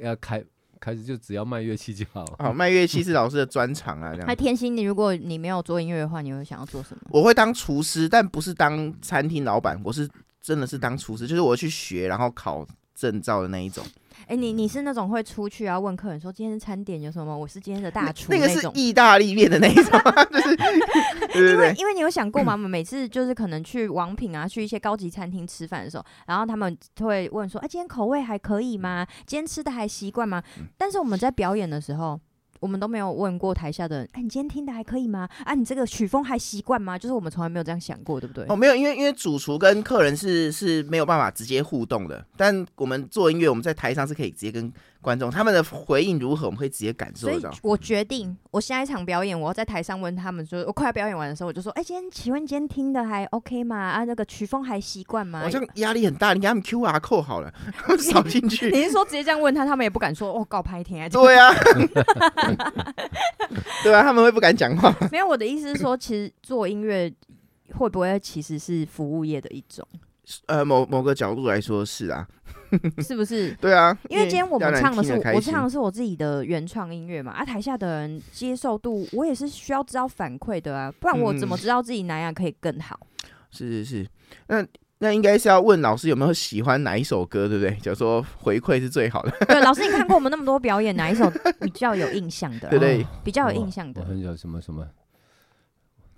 Speaker 3: 要开开始就只要卖乐器就好。
Speaker 2: 哦
Speaker 1: 好，卖乐器是老师的专长啊，这
Speaker 2: 那
Speaker 1: 样。
Speaker 2: 天心，你如果你没有做音乐的话，你会想要做什么？
Speaker 1: 我会当厨师，但不是当餐厅老板，我是真的是当厨师，就是我去学，然后考证照的那一种。
Speaker 2: 哎，你你是那种会出去啊问客人说今天的餐点有什么？我是今天的大厨
Speaker 1: 那个是
Speaker 2: 种。
Speaker 1: 意大利面的那一种啊， 就是对对
Speaker 2: 因为
Speaker 1: 对，
Speaker 2: 因为你有想过 吗？我们每次就是可能去王品啊，去一些高级餐厅吃饭的时候，然后他们就会问说：“哎、今天口味还可以吗？今天吃的还习惯吗？”
Speaker 1: 嗯
Speaker 2: 但是我们在表演的时候。我们都没有问过台下的人，哎、你今天听的还可以吗？啊，你这个曲风还习惯吗？就是我们从来没有这样想过，对不对？
Speaker 1: 哦，没有，因为因为主厨跟客人是是没有办法直接互动的，但我们做音乐，我们在台上是可以直接跟观众他们的回应如何，我们会直接感受
Speaker 2: 所
Speaker 1: 得
Speaker 2: 以
Speaker 1: 到。
Speaker 2: 我决定，我下一场表演，我要在台上问他们说，我快要表演完的时候，我就说，哎、今天请问今天听的还 OK 吗？啊，那个曲风还习惯吗？
Speaker 1: 好像压力很大，你给他们 QR 扣好了，他们扫进 去。
Speaker 2: 你是说直接这样问他，他们也不敢说，哦，告拍天啊，这样
Speaker 1: 对啊， 对啊，他们会不敢讲话。
Speaker 2: 没有，我的意思是说，其实做音乐会不会其实是服务业的一 种，
Speaker 1: 呃，某某个角度来说是啊，
Speaker 2: 是不是？
Speaker 1: 对啊，
Speaker 2: 因为今天我
Speaker 1: 要
Speaker 2: 们
Speaker 1: 让
Speaker 2: 唱
Speaker 1: 人听
Speaker 2: 的是
Speaker 1: 得
Speaker 2: 我
Speaker 1: 开
Speaker 2: 我
Speaker 1: 心
Speaker 2: 唱的是我自己的原创音乐嘛，啊，台下的人接受度我也是需要知道反馈的啊，不然我怎么
Speaker 1: 嗯
Speaker 2: 知道自己哪样可以更好？
Speaker 1: 是是是，那那应该是要问老师有没有喜欢哪一首歌，对不对？就说回馈是最好的，
Speaker 2: 对，老师，你看过我们那么多表演，哪 一首比较有印象的啊、
Speaker 1: 对不对？
Speaker 2: 比较有
Speaker 3: 我
Speaker 2: 印象
Speaker 3: 我
Speaker 2: 的，
Speaker 3: 很久什么什么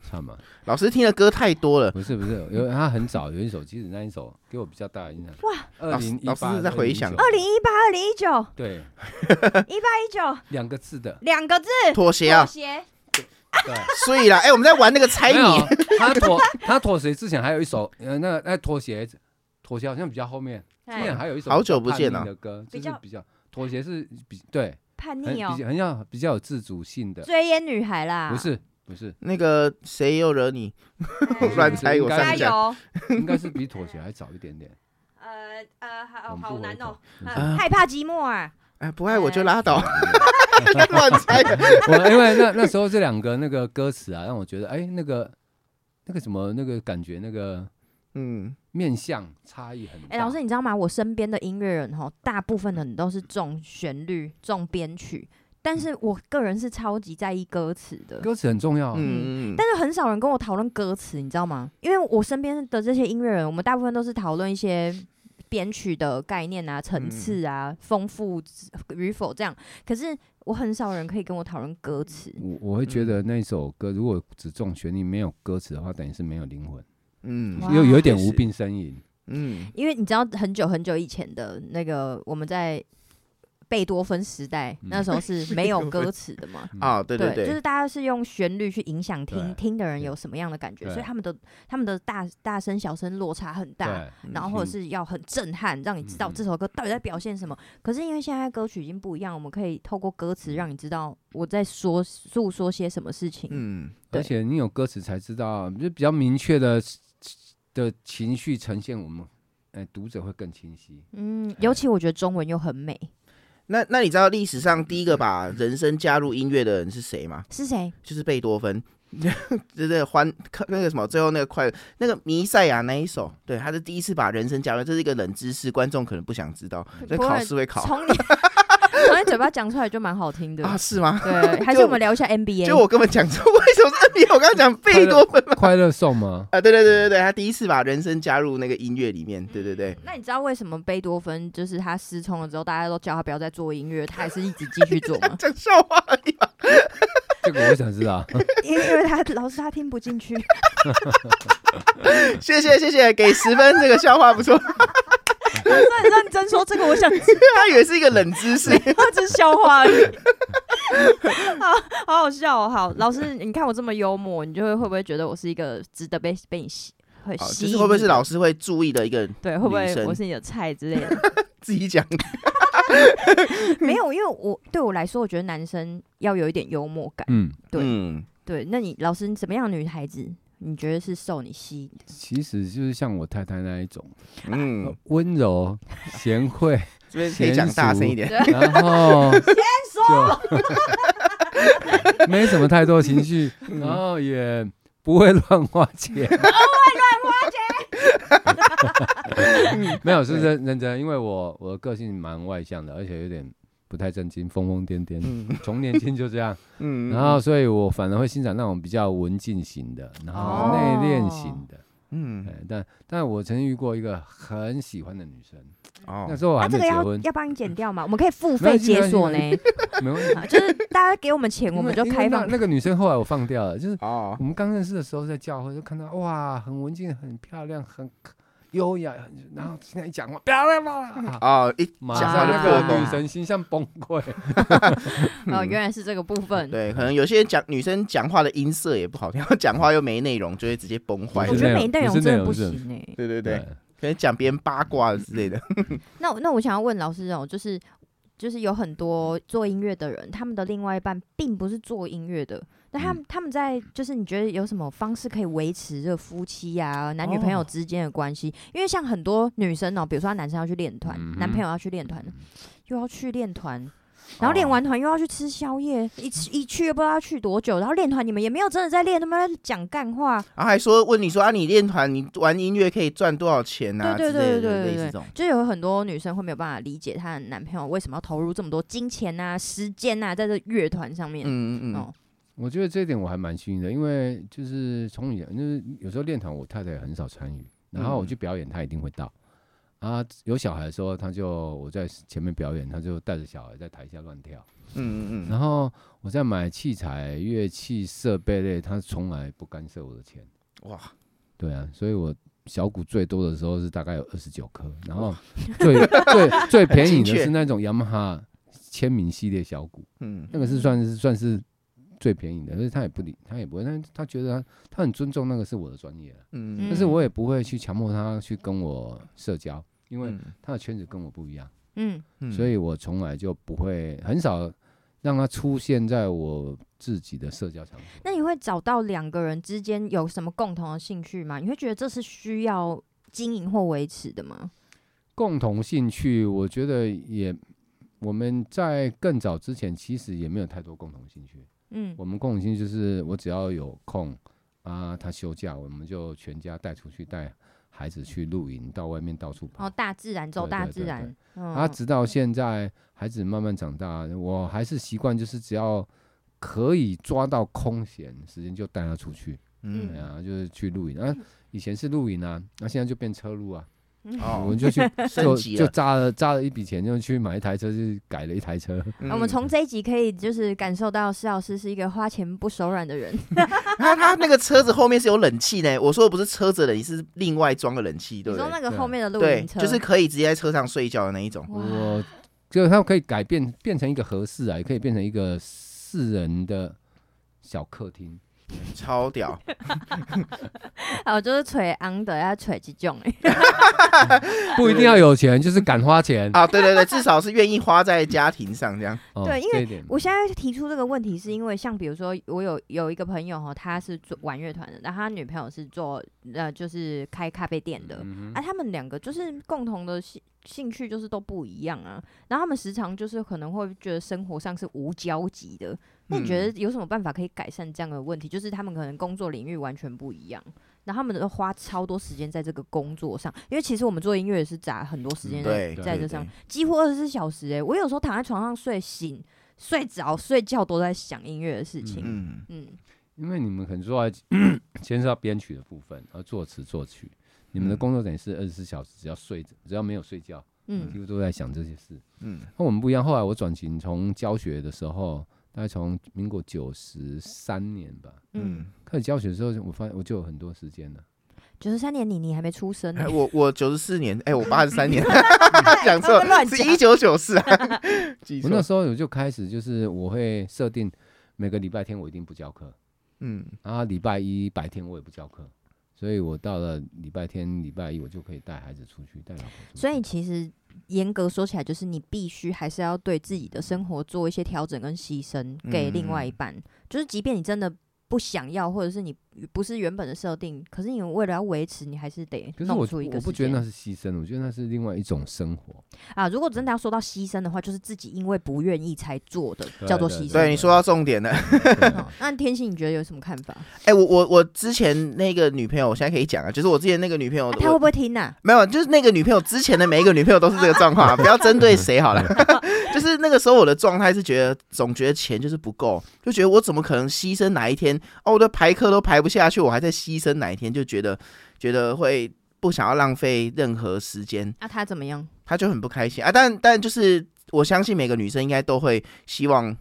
Speaker 3: 唱嘛，
Speaker 1: 老师听的歌太多 了，
Speaker 3: 不是不是，有他很早有一首，其实那一首给我比较大的印象。
Speaker 2: 哇，
Speaker 3: 二零一
Speaker 1: 老师
Speaker 3: 八
Speaker 1: 是在回想
Speaker 2: 二零一八、二零一九、
Speaker 3: 对
Speaker 2: 一九
Speaker 3: 两个字的
Speaker 2: 两个字，
Speaker 1: 妥协
Speaker 2: 妥
Speaker 1: 啊，
Speaker 2: 协。
Speaker 3: 对。
Speaker 1: 所以啦，哎、我们在玩那个猜
Speaker 3: 没有
Speaker 1: 谜，
Speaker 3: 他妥他妥协之前还有一首，呃，那个那妥协妥协好像比较后面，之前
Speaker 2: 哎
Speaker 3: 还有一首
Speaker 1: 好久不
Speaker 3: 比较
Speaker 1: 见啊
Speaker 3: 叛逆
Speaker 1: 了
Speaker 3: 的歌，
Speaker 2: 比
Speaker 3: 就是
Speaker 2: 较
Speaker 3: 比较妥协是比对
Speaker 2: 叛
Speaker 3: 很
Speaker 2: 逆
Speaker 3: 哎比
Speaker 2: 哦，啊
Speaker 3: 较很要比较有自主性的，
Speaker 2: 追烟女孩啦，
Speaker 3: 不是不是
Speaker 1: 那个谁又惹你？
Speaker 2: 哎
Speaker 1: 乱猜我
Speaker 3: 应该
Speaker 1: 上
Speaker 2: 加
Speaker 1: 次讲，
Speaker 2: 油。
Speaker 3: 应该是比妥协还早一点点。
Speaker 2: 呃呃，好
Speaker 3: 我们
Speaker 2: 好
Speaker 3: 不
Speaker 2: 难
Speaker 3: 回头
Speaker 2: 哦，
Speaker 3: 嗯
Speaker 1: 啊
Speaker 2: 呃害怕寂寞啊，
Speaker 1: 哎，不爱我就拉倒， 乱猜。
Speaker 3: 我因为那那时候这两个那个歌词啊，让我觉得哎、那个那个什么那个感觉那个
Speaker 1: 嗯，
Speaker 3: 面相差异很大。
Speaker 2: 哎、老师，你知道吗？我身边的音乐人哈，大部分的人都是重旋律、重编曲，但是我个人是超级在意歌词的。
Speaker 3: 歌词很重要啊、
Speaker 1: 嗯嗯，
Speaker 2: 但是很少人跟我讨论歌词，你知道吗？因为我身边的这些音乐人，我们大部分都是讨论一些编曲的概念啊、层次啊、丰富与否这样。可是我很少人可以跟我讨论歌词。
Speaker 3: 我我会觉得
Speaker 1: 嗯
Speaker 3: 那首歌如果只重旋律没有歌词的话，等于是没有灵魂，
Speaker 1: 嗯
Speaker 2: 哇
Speaker 3: 又有一点
Speaker 1: 确实
Speaker 3: 无病呻吟。
Speaker 1: 嗯，
Speaker 2: 因为你知道很久很久以前的那个我们在贝多芬时代，
Speaker 3: 嗯
Speaker 2: 那时 候是没有歌词的嘛。
Speaker 1: 啊，对对
Speaker 2: 就是
Speaker 1: 对，
Speaker 2: 大家是用旋律去影响听
Speaker 3: 对
Speaker 2: 听的人有什么样的感觉，
Speaker 3: 对
Speaker 2: 所以他们的他们的大大声小声落差很大，
Speaker 3: 对，
Speaker 1: 嗯
Speaker 2: 然后或者是要很震撼，让你知道
Speaker 3: 嗯嗯
Speaker 2: 这首歌到底在表现什么。
Speaker 1: 嗯
Speaker 2: 可是因为现在歌曲已经不一样，我们可以透过歌词让你知道我在说诉说些什么事情。
Speaker 1: 嗯，
Speaker 2: 对
Speaker 3: 而且你有歌词才知道，就比较明确的的情绪呈现，我们呃读者会更清晰。
Speaker 2: 嗯，尤其我觉得中文又很美，
Speaker 1: 那那你知道历史上第一个把人声加入音乐的人是谁吗？
Speaker 2: 是谁？
Speaker 1: 就是贝多芬， 就是欢那个什么，最后那个快那个弥赛亚那一首，对，他是第一次把人声加入，这是一个冷知识，观众可能不想知道，所以
Speaker 2: 不会
Speaker 1: 考试会考
Speaker 2: 从你从你嘴巴讲出来就蛮好听的。
Speaker 1: 啊，是吗？
Speaker 2: 对，还是我们聊一下 NBA。
Speaker 1: 就我根本讲错， 为什么是 NBA？我刚刚讲贝多芬吗？
Speaker 3: 快乐颂吗？
Speaker 1: 啊，对对对对对，他第一次把人声加入那个音乐里面，对对对，？
Speaker 2: 那你知道为什么贝多芬就是他失聪了之后，大家都叫他不要再做音乐，他还是一直继续做 吗
Speaker 1: 讲笑话而已吧。
Speaker 3: 这个我想知道。
Speaker 2: 因为因为他老师他听不 进去，
Speaker 1: 谢谢谢谢，给十分，这个笑话不错。
Speaker 2: 很认真说这个，我想知
Speaker 1: 他以为是一个冷知识，
Speaker 2: 道这是笑话 而已。好好好笑、哦，好老师，你看我这么幽默，你就会会不会觉得我是一个值得被被你吸会
Speaker 1: 好
Speaker 2: 吸
Speaker 1: 就
Speaker 2: 引
Speaker 1: 是
Speaker 2: 你？
Speaker 1: 会不会是老师会注意的一个
Speaker 2: 对，会不
Speaker 1: 女
Speaker 2: 会
Speaker 1: 生
Speaker 2: 我是你的菜之 类的？
Speaker 1: 自己讲？
Speaker 2: 没有，因为我对我来说，我觉得男生要有一点幽默感。
Speaker 3: 嗯，
Speaker 2: 对
Speaker 1: 嗯，
Speaker 2: 对，那你老师，你怎么样的女孩子，你觉得是受你吸引的？
Speaker 3: 其实就是像我太太那一种，
Speaker 1: 嗯，
Speaker 3: 呃温柔、贤惠，
Speaker 1: 这边可以讲大声一点。
Speaker 3: 然后 就没什么太多情绪，然后也不会乱花钱， 不会乱花钱。没有是认认真，因为我我个性蛮外向的，而且有点不太正经，疯疯癫癫，
Speaker 1: 嗯
Speaker 3: 从年轻就这样。
Speaker 1: 嗯
Speaker 3: 然后，所以我反而会欣赏那种比较文静型的，然后内敛型的。
Speaker 1: 嗯
Speaker 3: 哎，但但我曾经遇过一个很喜欢的女生，那
Speaker 1: 哦，
Speaker 3: 时候我还
Speaker 2: 啊，
Speaker 3: 没
Speaker 2: 这个
Speaker 3: 结
Speaker 2: 要
Speaker 3: 婚，
Speaker 2: 要帮你剪掉吗？ 我们可以付
Speaker 3: 没
Speaker 2: 费
Speaker 3: 关系
Speaker 2: 解锁呢，
Speaker 3: 没没问题。
Speaker 2: 啊就是大家给我们钱，我
Speaker 3: 因
Speaker 2: 们
Speaker 3: 为
Speaker 2: 就
Speaker 3: 因为
Speaker 2: 开
Speaker 3: 那
Speaker 2: 放。
Speaker 3: 那个女生后来我放掉了，就是
Speaker 1: 哦
Speaker 3: 我，们刚认识的时候在教会就看到哇，很文静，很漂亮，很优雅，很然后听她一讲话，漂亮嘛，
Speaker 1: 哦，一
Speaker 3: 马
Speaker 1: 讲话
Speaker 3: 上
Speaker 1: 就
Speaker 3: 那
Speaker 1: 破
Speaker 3: 个女
Speaker 1: 功。
Speaker 3: 神形象崩溃。嗯
Speaker 2: 哦，原来是这个部分。
Speaker 1: 对，可能有些讲女生讲话的音色也不好听， 然后讲话又没内容，就会直接崩坏
Speaker 3: 不
Speaker 2: 我
Speaker 3: 是
Speaker 2: 觉
Speaker 3: 内
Speaker 2: 得
Speaker 3: 容
Speaker 2: 没内容
Speaker 3: 不是内
Speaker 2: 真的
Speaker 3: 容
Speaker 2: 不
Speaker 3: 是
Speaker 2: 行哎。
Speaker 1: 对对 对，，可能讲别人八卦之类的。
Speaker 3: 嗯
Speaker 2: 那我那我想要问老师哦，就是就是有很多做音乐的人，他们的另外一半并不是做音乐的，那他们、他们在就是你觉得有什么方式可以维持这夫妻啊男女朋友
Speaker 1: 哦
Speaker 2: 之间的关系？因为像很多女生哦，比如说她男生要去练团，
Speaker 3: 嗯哼
Speaker 2: 男朋友要去练团，又要去练团。然后练
Speaker 1: 哦
Speaker 2: 完团又要去吃宵夜，一吃一去又不知道要去多久。然后练团你们也没有真的在练，他们在讲干话，
Speaker 1: 然后还说问你说啊，你练团你玩音乐可以赚多少钱啊？之
Speaker 2: 对对对
Speaker 1: 类的
Speaker 2: 对对
Speaker 1: 类似
Speaker 2: 对
Speaker 1: 这种。
Speaker 2: 就有很多女生会没有办法理解她的男朋友为什么要投入这么多金钱啊、时间啊，在这乐团上面。
Speaker 1: 嗯嗯嗯
Speaker 2: 哦，
Speaker 3: 我觉得这一点我还蛮幸运的，因为就是从以前，就是有时候练团我太太也很少参与，然后
Speaker 1: 嗯
Speaker 3: 我去表演她一定会到。啊，有小孩的时候，她就我在前面表演，她就带着小孩在台下乱跳。
Speaker 1: 嗯嗯嗯，
Speaker 3: 然后我在买器材、乐器、设备类，他从来不干涉我的钱。
Speaker 1: 哇，
Speaker 3: 对啊，所以我小鼓最多的时候是大概有二十九颗，然后 最最最便宜的是那种雅马哈签名系列小鼓，
Speaker 1: 嗯
Speaker 3: 那个是算是算是最便宜的，但是他也不理，他也不会，但是他觉得他他很尊重那个是我的专业啊，
Speaker 1: 嗯，
Speaker 3: 但是我也不会去强迫他去跟我社交，因为他的圈子跟我不一样。
Speaker 2: 嗯，
Speaker 1: 嗯
Speaker 3: 所以我从来就不会很少让它出现在我自己的社交场所。
Speaker 2: 那你会找到两个人之间有什么共同的兴趣吗？你会觉得这是需要经营或维持的吗？
Speaker 3: 共同兴趣，我觉得也我们在更早之前其实也没有太多共同兴趣。
Speaker 2: 嗯
Speaker 3: 我们共同兴趣就是我只要有空啊，他休假，我们就全家带出去，带孩子去露营，到外面到处
Speaker 2: 哦，
Speaker 3: 跑。
Speaker 2: 大自然走
Speaker 3: 对
Speaker 2: 大
Speaker 3: 对
Speaker 2: 自
Speaker 3: 对
Speaker 2: 然
Speaker 3: 对，
Speaker 2: 嗯
Speaker 3: 啊，直到现在孩子慢慢长大，我还是习惯就是只要可以抓到空闲时间就带他出去。对
Speaker 1: 嗯
Speaker 3: 啊，就是去露营啊，以前是露营啊，那、现在就变车路啊，我
Speaker 1: 哦
Speaker 3: 们，就去
Speaker 1: 升
Speaker 3: 就
Speaker 1: 级
Speaker 3: 就
Speaker 1: 了，
Speaker 3: 扎了扎了一笔钱，就去买一台车，就是改了一台车。
Speaker 1: 嗯
Speaker 2: 我们从这一集可以就是感受到施老师是一个花钱不手软的 人，
Speaker 1: 他他那个车子后面是有冷气呢，我说的不是车子的冷气，是另外装的冷气，对
Speaker 2: 你
Speaker 1: 不
Speaker 2: 说
Speaker 1: 对
Speaker 2: 那？个
Speaker 3: 对
Speaker 2: 后面的露
Speaker 1: 对，
Speaker 2: 营车
Speaker 1: 就是可以直接在车上睡觉的那一种。
Speaker 2: 哇
Speaker 3: 我就是它可以改变变成一个合适啊，也可以变成一个四人的小客厅。
Speaker 1: 超屌！
Speaker 2: 哦，就是吹昂的要吹几种哎，
Speaker 3: 不一定要有钱，就是敢花钱。
Speaker 1: 啊，对对对，至少是愿意花在家庭上 这样。
Speaker 3: 哦
Speaker 2: 对因为
Speaker 3: 这一点
Speaker 2: 我现在提出这个问题，是因为像比如说，我有有一个朋友哈，他是做玩乐团的，然后他女朋友是做呃，就是开咖啡店的，
Speaker 3: 嗯哼
Speaker 2: 啊，他们两个就是共同的兴兴趣就是都不一样啊，然后他们时常就是可能会觉得生活上是无交集的，那你觉
Speaker 1: 嗯
Speaker 2: 得有什么办法可以改善这样的问题？就是他们可能工作领域完全不一样。然后他们都花超多时间在这个工作上，因为其实我们做音乐也是砸很多时间
Speaker 1: 嗯
Speaker 2: 在
Speaker 1: 对，
Speaker 2: 在
Speaker 1: 对
Speaker 2: 这上
Speaker 1: 对
Speaker 2: 几乎二十四小时哎、我有时候躺在床上睡醒、睡着、睡觉都在想音乐的事情。
Speaker 1: 嗯
Speaker 2: 嗯
Speaker 3: 因为你们很重要， 先是要编曲的部分，然后作词作曲。你们的
Speaker 1: 嗯
Speaker 3: 工作等于是二十四小时，只要睡着，只要没有睡觉，
Speaker 2: 嗯
Speaker 3: 几乎都在想这些事。
Speaker 1: 嗯
Speaker 3: 那我们不一样。后来我转型从教学的时候，大概从民国九十三年吧
Speaker 2: 嗯，
Speaker 1: 嗯
Speaker 3: 开始教学的时候，我发现我就有很多时间了。
Speaker 2: 九十三年你你还没出生呢
Speaker 1: 哎，， 我我九十四年，哎，我八十 三年，讲
Speaker 2: 他
Speaker 1: 错
Speaker 2: 们 乱，
Speaker 1: 是
Speaker 2: 讲
Speaker 1: 一九九四啊， 记
Speaker 3: 我那
Speaker 1: 错。
Speaker 3: 时候我就开始就是我会设定每个礼拜天我一定不教课，
Speaker 1: 嗯，
Speaker 3: 然后礼拜一白天我也不教课，所以我到了礼拜天、礼拜一我就可以带孩子出去，带老婆出去。
Speaker 2: 所以其实严格说起来，就是你必须还是要对自己的生活做一些调整跟牺牲，给另外一
Speaker 1: 嗯
Speaker 2: 半。就是即便你真的不想要，或者是你不是原本的设定，可是你为了要维持，你还是得
Speaker 3: 可是
Speaker 2: 弄
Speaker 3: 我
Speaker 2: 出一个
Speaker 3: 我
Speaker 2: 时
Speaker 3: 不觉得那
Speaker 2: 间
Speaker 3: 是牺牲，我觉得那是另外一种生 活。
Speaker 2: 啊。如果真的要说到牺牲的话，就是自己因为不愿意才做的，
Speaker 3: 对
Speaker 2: 叫做牺牲。
Speaker 1: 对，你说到重点了。
Speaker 3: 对
Speaker 2: 好哦那天心，你觉得有什么看法？
Speaker 1: 哎，我我我之前那个女朋友，我现在可以讲啊，就是我之前那个女朋友，
Speaker 2: 啊、他会
Speaker 1: 我
Speaker 2: 不会听呐、
Speaker 1: 没有，就是那个女朋友之前的每一个女朋友都是这个状况啊，不要针对谁好了。 就是那个时候我的状态是觉得总觉得钱就是不够，就觉得我怎么可能牺牲哪一天？哦，我的排课都排不下去，我还在牺牲哪一天？就觉得觉得会不想要浪费任何时间，
Speaker 2: 那、啊他怎么样？
Speaker 1: 他就很不开心啊。但但就是我相信每个女生应该都会希望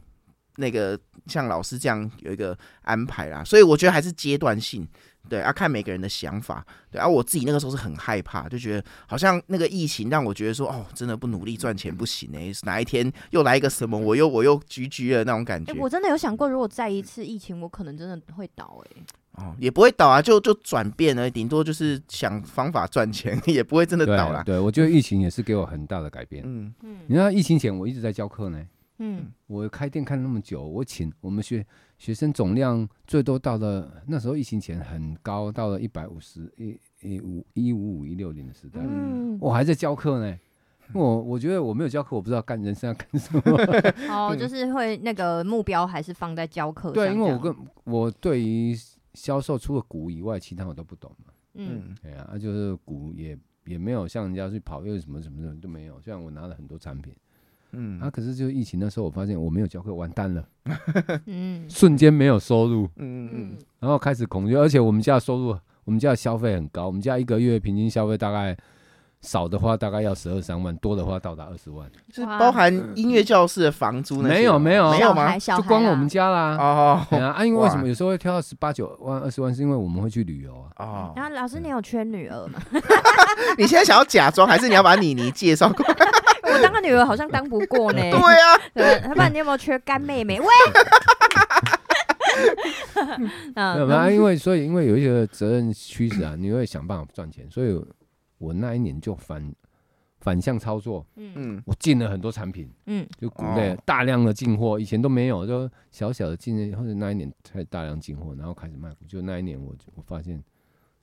Speaker 1: 那个像老师这样有一个安排啦，所以我觉得还是阶段性。对啊，看每个人的想法。对啊，我自己那个时候是很害怕，就觉得好像那个疫情让我觉得说，哦，真的不努力赚钱不行哎、哪一天又来一个什么，我又我又居居了那种感觉
Speaker 2: 哎、。我真的有想过，如果再一次疫情，我可能真的会倒、哎，
Speaker 1: 哦，也不会倒啊，就就转变而已，顶多就是想方法赚钱，也不会真的倒啦。
Speaker 3: 对，我觉得疫情也是给我很大的改变。
Speaker 1: 嗯，
Speaker 3: 你知道疫情前我一直在教课呢，
Speaker 2: 嗯
Speaker 3: 我开店开了那么久，我请我们学学生总量最多到了那时候疫情前很高，到了一百五十一一五一五五一六零的时代，
Speaker 2: 嗯，
Speaker 3: 我还在教课呢。我我觉得我没有教课，我不知道干人生要干什么。
Speaker 2: 哦，就是会那个目标还是放在教课上这
Speaker 3: 嗯对，
Speaker 2: 样。
Speaker 3: 因为我跟我对于销售除了股以外，其他我都不懂嘛。
Speaker 2: 嗯
Speaker 3: 对啊，啊就是股也也没有像人家去跑，又什么什么什么都没有。虽然我拿了很多产品，
Speaker 1: 嗯
Speaker 3: 啊，可是就疫情那时候，我发现我没有教课，完蛋了，
Speaker 2: 嗯
Speaker 3: 瞬间没有收入，
Speaker 1: 嗯嗯
Speaker 2: 嗯，
Speaker 3: 然后开始恐惧，而且我们家的收入，我们家的消费很高，我们家一个月平均消费大概少的话大概要十二三万，多的话到达二十万，
Speaker 1: 嗯，就是
Speaker 2: 哇
Speaker 1: 包含音乐教室的房租那些吗
Speaker 3: 没有哦没有
Speaker 1: 没有
Speaker 2: 小
Speaker 1: 吗
Speaker 2: 孩？啊小
Speaker 3: 就
Speaker 2: 孩
Speaker 3: 光
Speaker 2: 啦
Speaker 3: 我们家啦。
Speaker 1: 哦
Speaker 3: 对啊，啊，因为为什
Speaker 1: 哇
Speaker 3: 么有时候会跳到十八九万、二十万，是因为我们会去旅游啊。
Speaker 1: 哦，
Speaker 2: 然后老师，你有缺女儿吗？
Speaker 1: 你现在想要假装，还是你要把妮妮介绍过？
Speaker 2: 我当个女儿好像当不过 呢。
Speaker 1: 对啊，
Speaker 2: 对，要不然你有没有缺干妹妹？喂，
Speaker 3: 没
Speaker 2: 嗯，
Speaker 3: 有没有啊，
Speaker 2: 然后
Speaker 3: 因为所以因为有一些责任驱使啊，你会想办法赚钱，所以我那一年就反反向操作，
Speaker 2: 嗯
Speaker 1: 嗯，
Speaker 3: 我进了很多产品，
Speaker 2: 嗯
Speaker 3: 就股类、
Speaker 1: 哦
Speaker 3: 大量的进货，以前都没有，就小小的进，或者那一年开始大量进货，然后开始卖股，就那一年我就我发现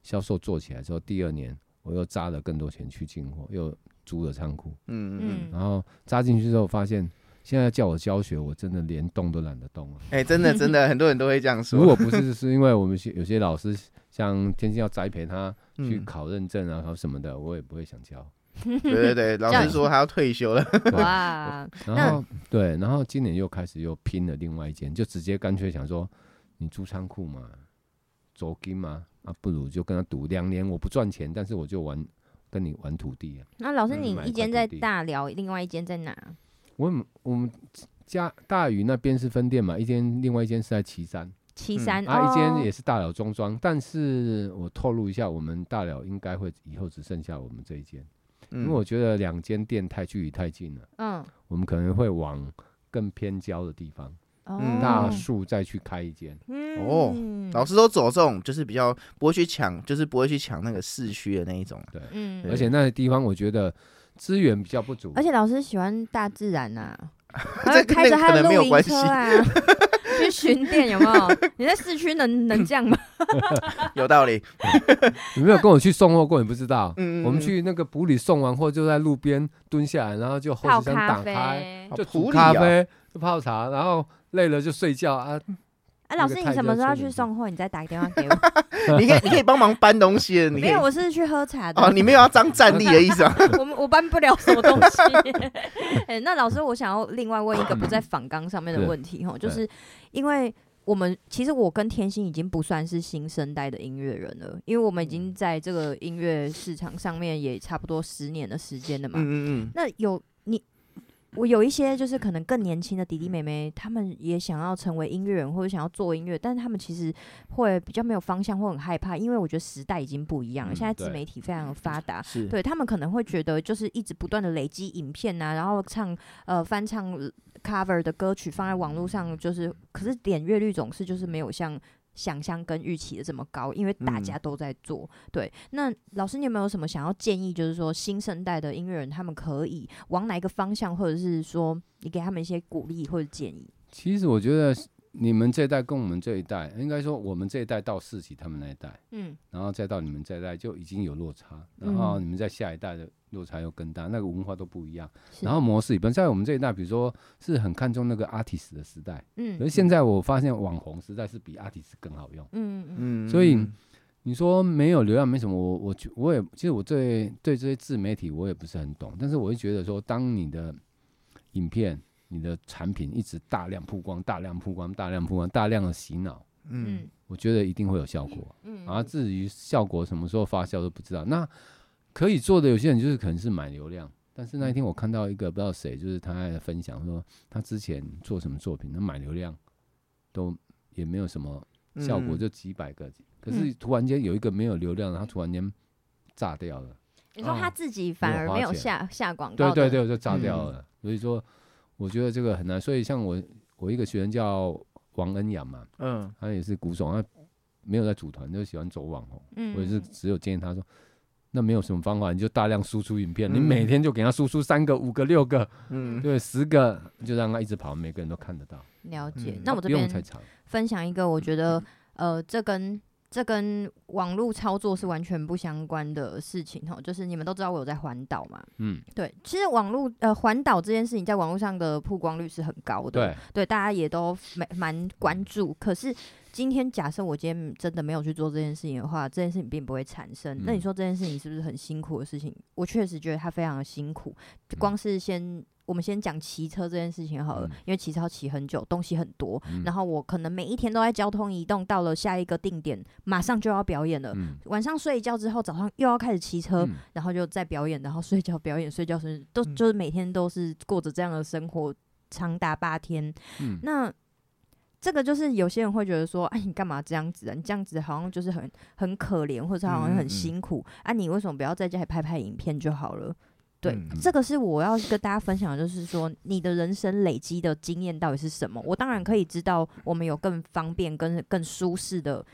Speaker 3: 销售做起来之后，第二年我又扎了更多钱去进货，又租了仓库，
Speaker 1: 嗯嗯，
Speaker 2: 嗯
Speaker 3: 然后扎进去之后发现，现在叫我教学，我真的连动都懒得动了。啊
Speaker 1: 哎，真的真的，很多人都会这样
Speaker 3: 如
Speaker 1: 说。
Speaker 3: 果不是是因为我们些有些老师像天津要栽培他去
Speaker 1: 嗯
Speaker 3: 考认证啊，考什么的，我也不会想教。
Speaker 1: 对对对，老师说他要退休 了。
Speaker 2: 哇，
Speaker 3: 然后对，然后今年又开始又拼了另外一间，就直接干脆想说，你租仓库嘛，走金嘛，啊，不如就跟他赌两年，我不赚钱，但是我就玩跟你玩土地啊。
Speaker 2: 那老师
Speaker 1: 嗯
Speaker 2: 你
Speaker 3: 买
Speaker 2: 一
Speaker 3: 一
Speaker 2: 间
Speaker 3: 块
Speaker 2: 在
Speaker 3: 土地
Speaker 2: 大寮，另外一间在哪？
Speaker 3: 我们我们家大宇那边是分店嘛，一间另外一间是在岐山，
Speaker 2: 七
Speaker 1: 嗯
Speaker 2: 三
Speaker 3: 啊，一间
Speaker 2: 哦
Speaker 3: 也是大寮中庄，但是我透露一下，我们大寮应该会以后只剩下我们这一间。因
Speaker 1: 嗯
Speaker 3: 为我觉得两间店太距离太近了，
Speaker 2: 嗯
Speaker 3: 我们可能会往更偏郊的地方，
Speaker 1: 嗯
Speaker 3: 大
Speaker 2: 哦
Speaker 3: 树再去开一间。
Speaker 1: 哦
Speaker 2: 嗯
Speaker 1: 老师都走这种，就是比较不会去抢，就是不会去抢那个市区的那一种。
Speaker 2: 嗯
Speaker 3: 而且那个地方我觉得资源比较不足，
Speaker 2: 而且老师喜欢大自然呐、
Speaker 1: 这
Speaker 2: 他
Speaker 1: 跟
Speaker 2: 会
Speaker 1: 那
Speaker 2: 开
Speaker 1: 个
Speaker 2: 着他
Speaker 1: 可
Speaker 2: 的
Speaker 1: 能没
Speaker 2: 露
Speaker 1: 有
Speaker 2: 营
Speaker 1: 关
Speaker 2: 车啊， 去巡店有没有？你在市 区能能这样吗？
Speaker 1: 有道理。
Speaker 3: 你没有跟我去送货过，你不知道。
Speaker 1: 嗯，嗯
Speaker 3: 我们，去那个埔里送完货，就在路边蹲下来，然后就后
Speaker 2: 泡
Speaker 3: 车厢打
Speaker 2: 咖
Speaker 3: 开，
Speaker 2: 啡
Speaker 1: 哦。
Speaker 3: 就
Speaker 1: 埔
Speaker 3: 煮
Speaker 1: 里
Speaker 3: 咖
Speaker 1: 啊
Speaker 3: 啡，就泡茶，然后累了就睡觉啊。
Speaker 2: 哎、老师，
Speaker 3: 那
Speaker 2: 你
Speaker 3: 个太
Speaker 2: 什么
Speaker 3: 热
Speaker 2: 时候要
Speaker 3: 出
Speaker 2: 去
Speaker 3: 名
Speaker 2: 送货？你再打个电话 给我。
Speaker 1: 嗯你可以你可以帮忙搬东西的，你可
Speaker 2: 没
Speaker 1: 以
Speaker 2: 有，。我是去喝茶的。
Speaker 1: 哦，你没有要当战力的意思啊？
Speaker 2: 我们我搬不了什么东西。 哎、那老师，我想要另外问一个不在访纲上面的
Speaker 3: 对
Speaker 2: 问题哈，就
Speaker 3: 嗯对
Speaker 2: 是因为我们其实我跟天心已经不算是新生代的音乐人了，因为我们已
Speaker 3: 嗯
Speaker 2: 经在这个音乐市场上面也差不多十年的时间了嘛。
Speaker 1: 嗯嗯嗯。
Speaker 2: 那有你我有一些就是可能更年轻的弟弟妹妹，他们也想要成为音乐人或者想要做音乐，但是他们其实会比较没有方向，会很害怕，因为我觉得时代已经不一样了，
Speaker 3: 嗯
Speaker 2: 现在自
Speaker 3: 对
Speaker 2: 媒体非常的发达。
Speaker 1: 是，
Speaker 2: 对他们可能会觉得，就是一直不断的累积影片呐、然后唱呃翻唱呃 cover 的歌曲放在网络上，就是可是点阅率总是就是没有像想象跟预期的这么高，因为大
Speaker 1: 嗯
Speaker 2: 家都在做。对，那老师你有没有什么想要建议？就是说新生代的音乐人他们可以往哪一个方向，或者是说你给他们一些鼓励或者建议？
Speaker 3: 其实我觉得你们这一代跟我们这一代，应该说我们这一代到四喜他们那一代，
Speaker 2: 嗯
Speaker 3: 然后再到你们这一代就已经有落差，然后
Speaker 2: 嗯
Speaker 3: 你们在下一代的落差又更大，那个文化都不一样，
Speaker 2: 是
Speaker 3: 然后模式也不一样。本在我们这一代，比如说是很看重那个 artist 的时代，可
Speaker 2: 嗯
Speaker 3: 是现在我发现网红实在是比 artist 更好用。
Speaker 2: 嗯嗯
Speaker 1: 嗯
Speaker 3: 所以你说没有流量没什么，我我觉我也其实我对对这些自媒体我也不是很懂，但是我会觉得说，当你的影片、你的产品一直大量曝光、大量曝光、大量曝光、大量的洗脑，
Speaker 1: 嗯，
Speaker 2: 嗯
Speaker 3: 我觉得一定会有效果。
Speaker 2: 嗯
Speaker 3: 然后至于效果什么时候发酵都不知道。那可以做的有些人就是可能是买流量，但是那一天我看到一个不知道谁，就是他在分享说他之前做什么作品，他买流量都也没有什么
Speaker 1: 嗯
Speaker 3: 效果，就几百个，可
Speaker 2: 嗯
Speaker 3: 是突然间有一个没有流量的，他突然间炸掉了，
Speaker 2: 你说他
Speaker 1: 哦
Speaker 2: 自己反
Speaker 3: 没有
Speaker 2: 而
Speaker 3: 花
Speaker 2: 没有
Speaker 3: 钱
Speaker 2: 下下广告
Speaker 3: 对
Speaker 2: 的，
Speaker 3: 对对，就炸
Speaker 1: 嗯
Speaker 3: 掉了。所以说，我觉得这个很难。所以像我，我一个学生叫王恩雅嘛，
Speaker 1: 嗯
Speaker 3: 他也是鼓手，他没有在组团，就喜欢走网红。
Speaker 2: 嗯，
Speaker 3: 我也是
Speaker 2: 嗯
Speaker 3: 只有建议他说，那没有什么方法，你就大量输出影片，你
Speaker 1: 嗯
Speaker 3: 每天就给他输出三个、五个、六个，
Speaker 1: 嗯，
Speaker 3: 对，十个，就让他一直跑，每个人都看得到。
Speaker 2: 了解
Speaker 1: 嗯。
Speaker 2: 那我这
Speaker 3: 不用
Speaker 2: 边
Speaker 3: 太长，
Speaker 2: 分享一个，我觉
Speaker 3: 嗯
Speaker 2: 得呃，这跟这跟网络操作是完全不相关的事情哈。就是你们都知道我有在环岛嘛，
Speaker 3: 嗯，
Speaker 2: 对，其实网络呃环岛这件事情在网络上的曝光率是很高的，
Speaker 3: 对，
Speaker 2: 大家也都蛮蛮关注。可是今天假设我今天真的没有去做这件事情的话，这件事情并不会产生。那你
Speaker 3: 嗯
Speaker 2: 说这件事情是不是很辛苦的事情？我确实觉得它非常的辛苦，光是先。我们先讲骑车这件事情好了，
Speaker 3: 嗯
Speaker 2: 因为骑车要骑很久，东西很多，
Speaker 3: 嗯
Speaker 2: 然后我可能每一天都在交通移动，到了下一个定点，马上就要表演了。
Speaker 3: 嗯，
Speaker 2: 晚上睡一觉之后，早上又要开始骑车，
Speaker 3: 嗯
Speaker 2: 然后就再表演，然后睡觉表演睡觉生日，都、
Speaker 1: 嗯
Speaker 2: 就是每天都是过着这样的生活，长达八天。
Speaker 3: 嗯
Speaker 2: 那这个就是有些人会觉得说，哎，你干嘛这样子啊？你这样子好像就是很很可怜，或者好像
Speaker 1: 嗯嗯
Speaker 2: 很辛苦、啊？你为什么不要在家里拍拍影片就好了？对，
Speaker 1: 嗯
Speaker 2: 这个是我要跟大家分享的，就是说你的人生累积的经验到底是什么？我当然可以知道，我们有更方便、跟更舒适的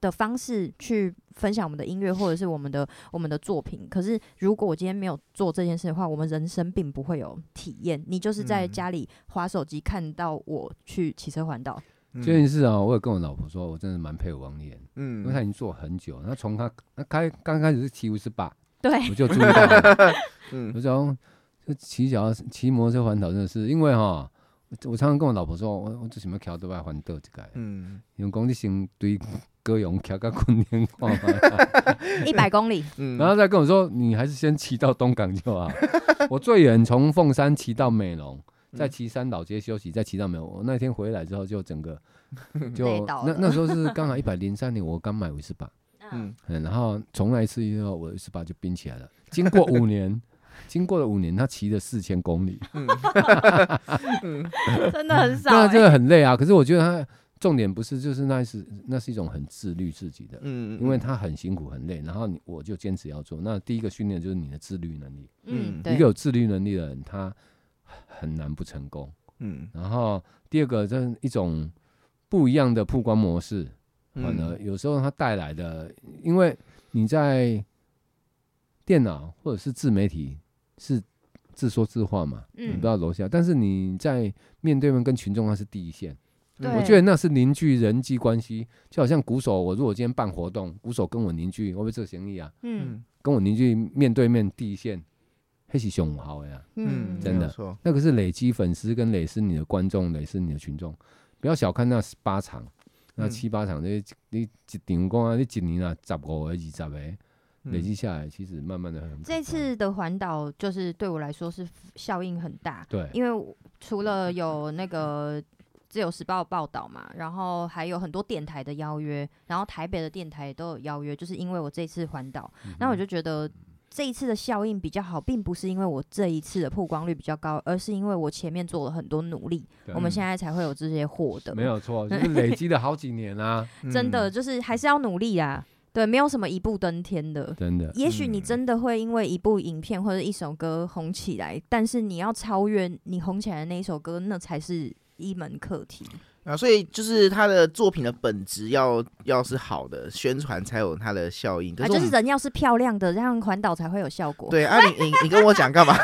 Speaker 2: 的方式去分享我们的音乐或者是我们的我们的作品。可是如果我今天没有做这件事的话，我们人生并不会有体验。你就是在
Speaker 1: 嗯
Speaker 2: 家里划手机，看到我去骑车环 岛，
Speaker 1: 嗯
Speaker 3: 这件事啊，我也跟我老婆说，我真的蛮佩服王丽妍，因为她
Speaker 1: 嗯
Speaker 3: 已经做很久了。她从她她开刚开始是骑五十八，
Speaker 2: 对，
Speaker 3: 我就注意 到了，
Speaker 1: 嗯
Speaker 3: 我想这骑脚踏骑摩托车环岛真的是，因为哈，我我常常跟我老婆说，我我最想要桥都要环岛一个，
Speaker 1: 嗯
Speaker 3: 用讲你先对高雄骑到昆天看嘛，
Speaker 2: 一百公里，
Speaker 1: 嗯，
Speaker 3: 然后再跟我说，你还是先骑到东港就好。我最远从凤山骑到美浓，再骑三岛街休息，再骑到美浓。我那天回来之后，就整个
Speaker 2: 累
Speaker 3: 就
Speaker 2: 倒
Speaker 3: 那
Speaker 2: 了
Speaker 3: 那时候是刚好一百零三年，我刚买五十八，
Speaker 1: 嗯
Speaker 3: 嗯，然后从那一次以后，我五十八就冰起来了。经过五年，经过了五年，他骑了四千公里，
Speaker 2: 真的很少、
Speaker 3: 那
Speaker 2: 欸。
Speaker 3: 真的很累啊。可是我觉得他重点不是，就是那是那是一种很自律自己的。
Speaker 1: 嗯，
Speaker 3: 因为他很辛苦很累，然后你我就坚持要做。那第一个训练就是你的自律能力，
Speaker 2: 嗯，
Speaker 1: 嗯
Speaker 2: 对
Speaker 3: 一个，有自律能力的人，他很难不成功。
Speaker 1: 嗯
Speaker 3: 然后第二个，这是一种不一样的曝光模式，反
Speaker 1: 嗯
Speaker 3: 而有时候它带来的，因为你在电脑或者是自媒体是自说自话嘛，你不
Speaker 2: 嗯
Speaker 3: 知，道楼下，但是你在面对面跟群众，那是第一线。
Speaker 2: 对
Speaker 3: 我觉得那是凝聚人际关系，就好像鼓手，我如果今天办活动，鼓手跟我凝聚，我会做生意啊，
Speaker 2: 嗯
Speaker 3: 跟我凝聚面对面第一线，黑是雄好呀、
Speaker 2: 嗯，
Speaker 3: 真的
Speaker 1: 错，
Speaker 3: 那个是累积粉丝跟累是你的观众，累是你的群众。不要小看那十八场，那
Speaker 1: 嗯
Speaker 3: 七八场，这你一场讲啊，你一年啊十五个、二十个
Speaker 1: 嗯
Speaker 3: 累积下来，其实慢慢的很。
Speaker 2: 这次的环岛就是对我来说是效应很大，
Speaker 3: 对，
Speaker 2: 因为我除了有那个《自由时报》报道嘛，然后还有很多电台的邀约，然后台北的电台也都有邀约，就是因为我这次环岛，那我就觉得这一次的效应比较好，并不是因为我这一次的曝光率比较高，而是因为我前面做了很多努力，
Speaker 3: 嗯对
Speaker 2: 我们现在才会有这些获得。
Speaker 3: 没有错，就是累积了好几年啊，
Speaker 2: 真的
Speaker 1: 嗯
Speaker 2: 就是还是要努力啊。对，没有什么一步登天的。
Speaker 3: 真的。
Speaker 2: 也许你
Speaker 1: 嗯
Speaker 2: 真的会因为一部影片或者一首歌红起来，但是你要超越你红起来的那一首歌，那才是一门课题。
Speaker 1: 啊，所以就是他的作品的本质要要是好的，宣传才有它的效应。可
Speaker 2: 啊，
Speaker 1: 是我
Speaker 2: 就
Speaker 1: 们、
Speaker 2: 是人要是漂亮的，这样环岛才会有效果。
Speaker 1: 对啊，你你你跟我讲干嘛？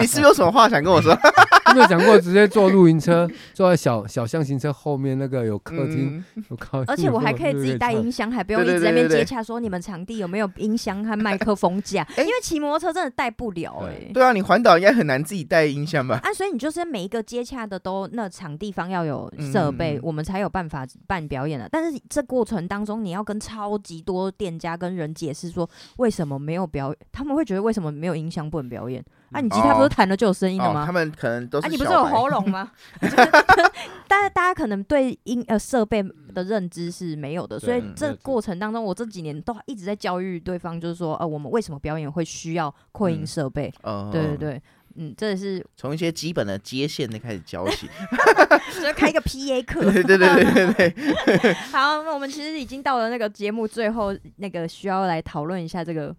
Speaker 1: 你是不是有什么话想跟我说？
Speaker 3: 有没有讲过直接坐露营车，坐在小小箱型车后面那个有客厅，
Speaker 1: 嗯
Speaker 3: 有客厅，
Speaker 2: 而且我还可以自己带音箱，还不用一直在那边
Speaker 1: 对对对对
Speaker 2: 接洽说你们场地有没有音箱和麦克风 架，
Speaker 1: 哎
Speaker 2: 因为骑摩托车真的带不了哎、
Speaker 3: 对
Speaker 1: 对啊，你环岛应该很难自己带音箱吧？
Speaker 2: 啊，所以你就是每一个接洽的都那场地方要有设
Speaker 1: 嗯
Speaker 2: 备，
Speaker 1: 嗯嗯
Speaker 2: 我们才有办法办表演的。啊但是这过程当中，你要跟超级多店家跟人解释说为什么没有表，他们会觉得为什么没有音箱不能表演？啊，你吉他
Speaker 1: 哦
Speaker 2: 不是弹了就有声音了
Speaker 1: 哦，
Speaker 2: 吗？
Speaker 1: 他们可能都是
Speaker 2: 啊，你不是
Speaker 1: 小
Speaker 2: 有
Speaker 1: 白
Speaker 2: 喉咙吗？ 大家大家可能对音呃设备的认知是没有的，所以
Speaker 1: 嗯对
Speaker 2: 这
Speaker 3: 对
Speaker 2: 过程当中，我这几年都一直在教育对方，就是说呃，我们为什么表演会需要扩音
Speaker 1: 嗯
Speaker 2: 设备？
Speaker 1: 哦，
Speaker 2: 对对，对，嗯，这也是
Speaker 1: 从一些基本的接线的开始教起。
Speaker 2: 就是开一个 PA 课。
Speaker 1: 对对对对对对，
Speaker 2: 好，那我们其实已经到了那个节目最后，那个需要来讨论一下这个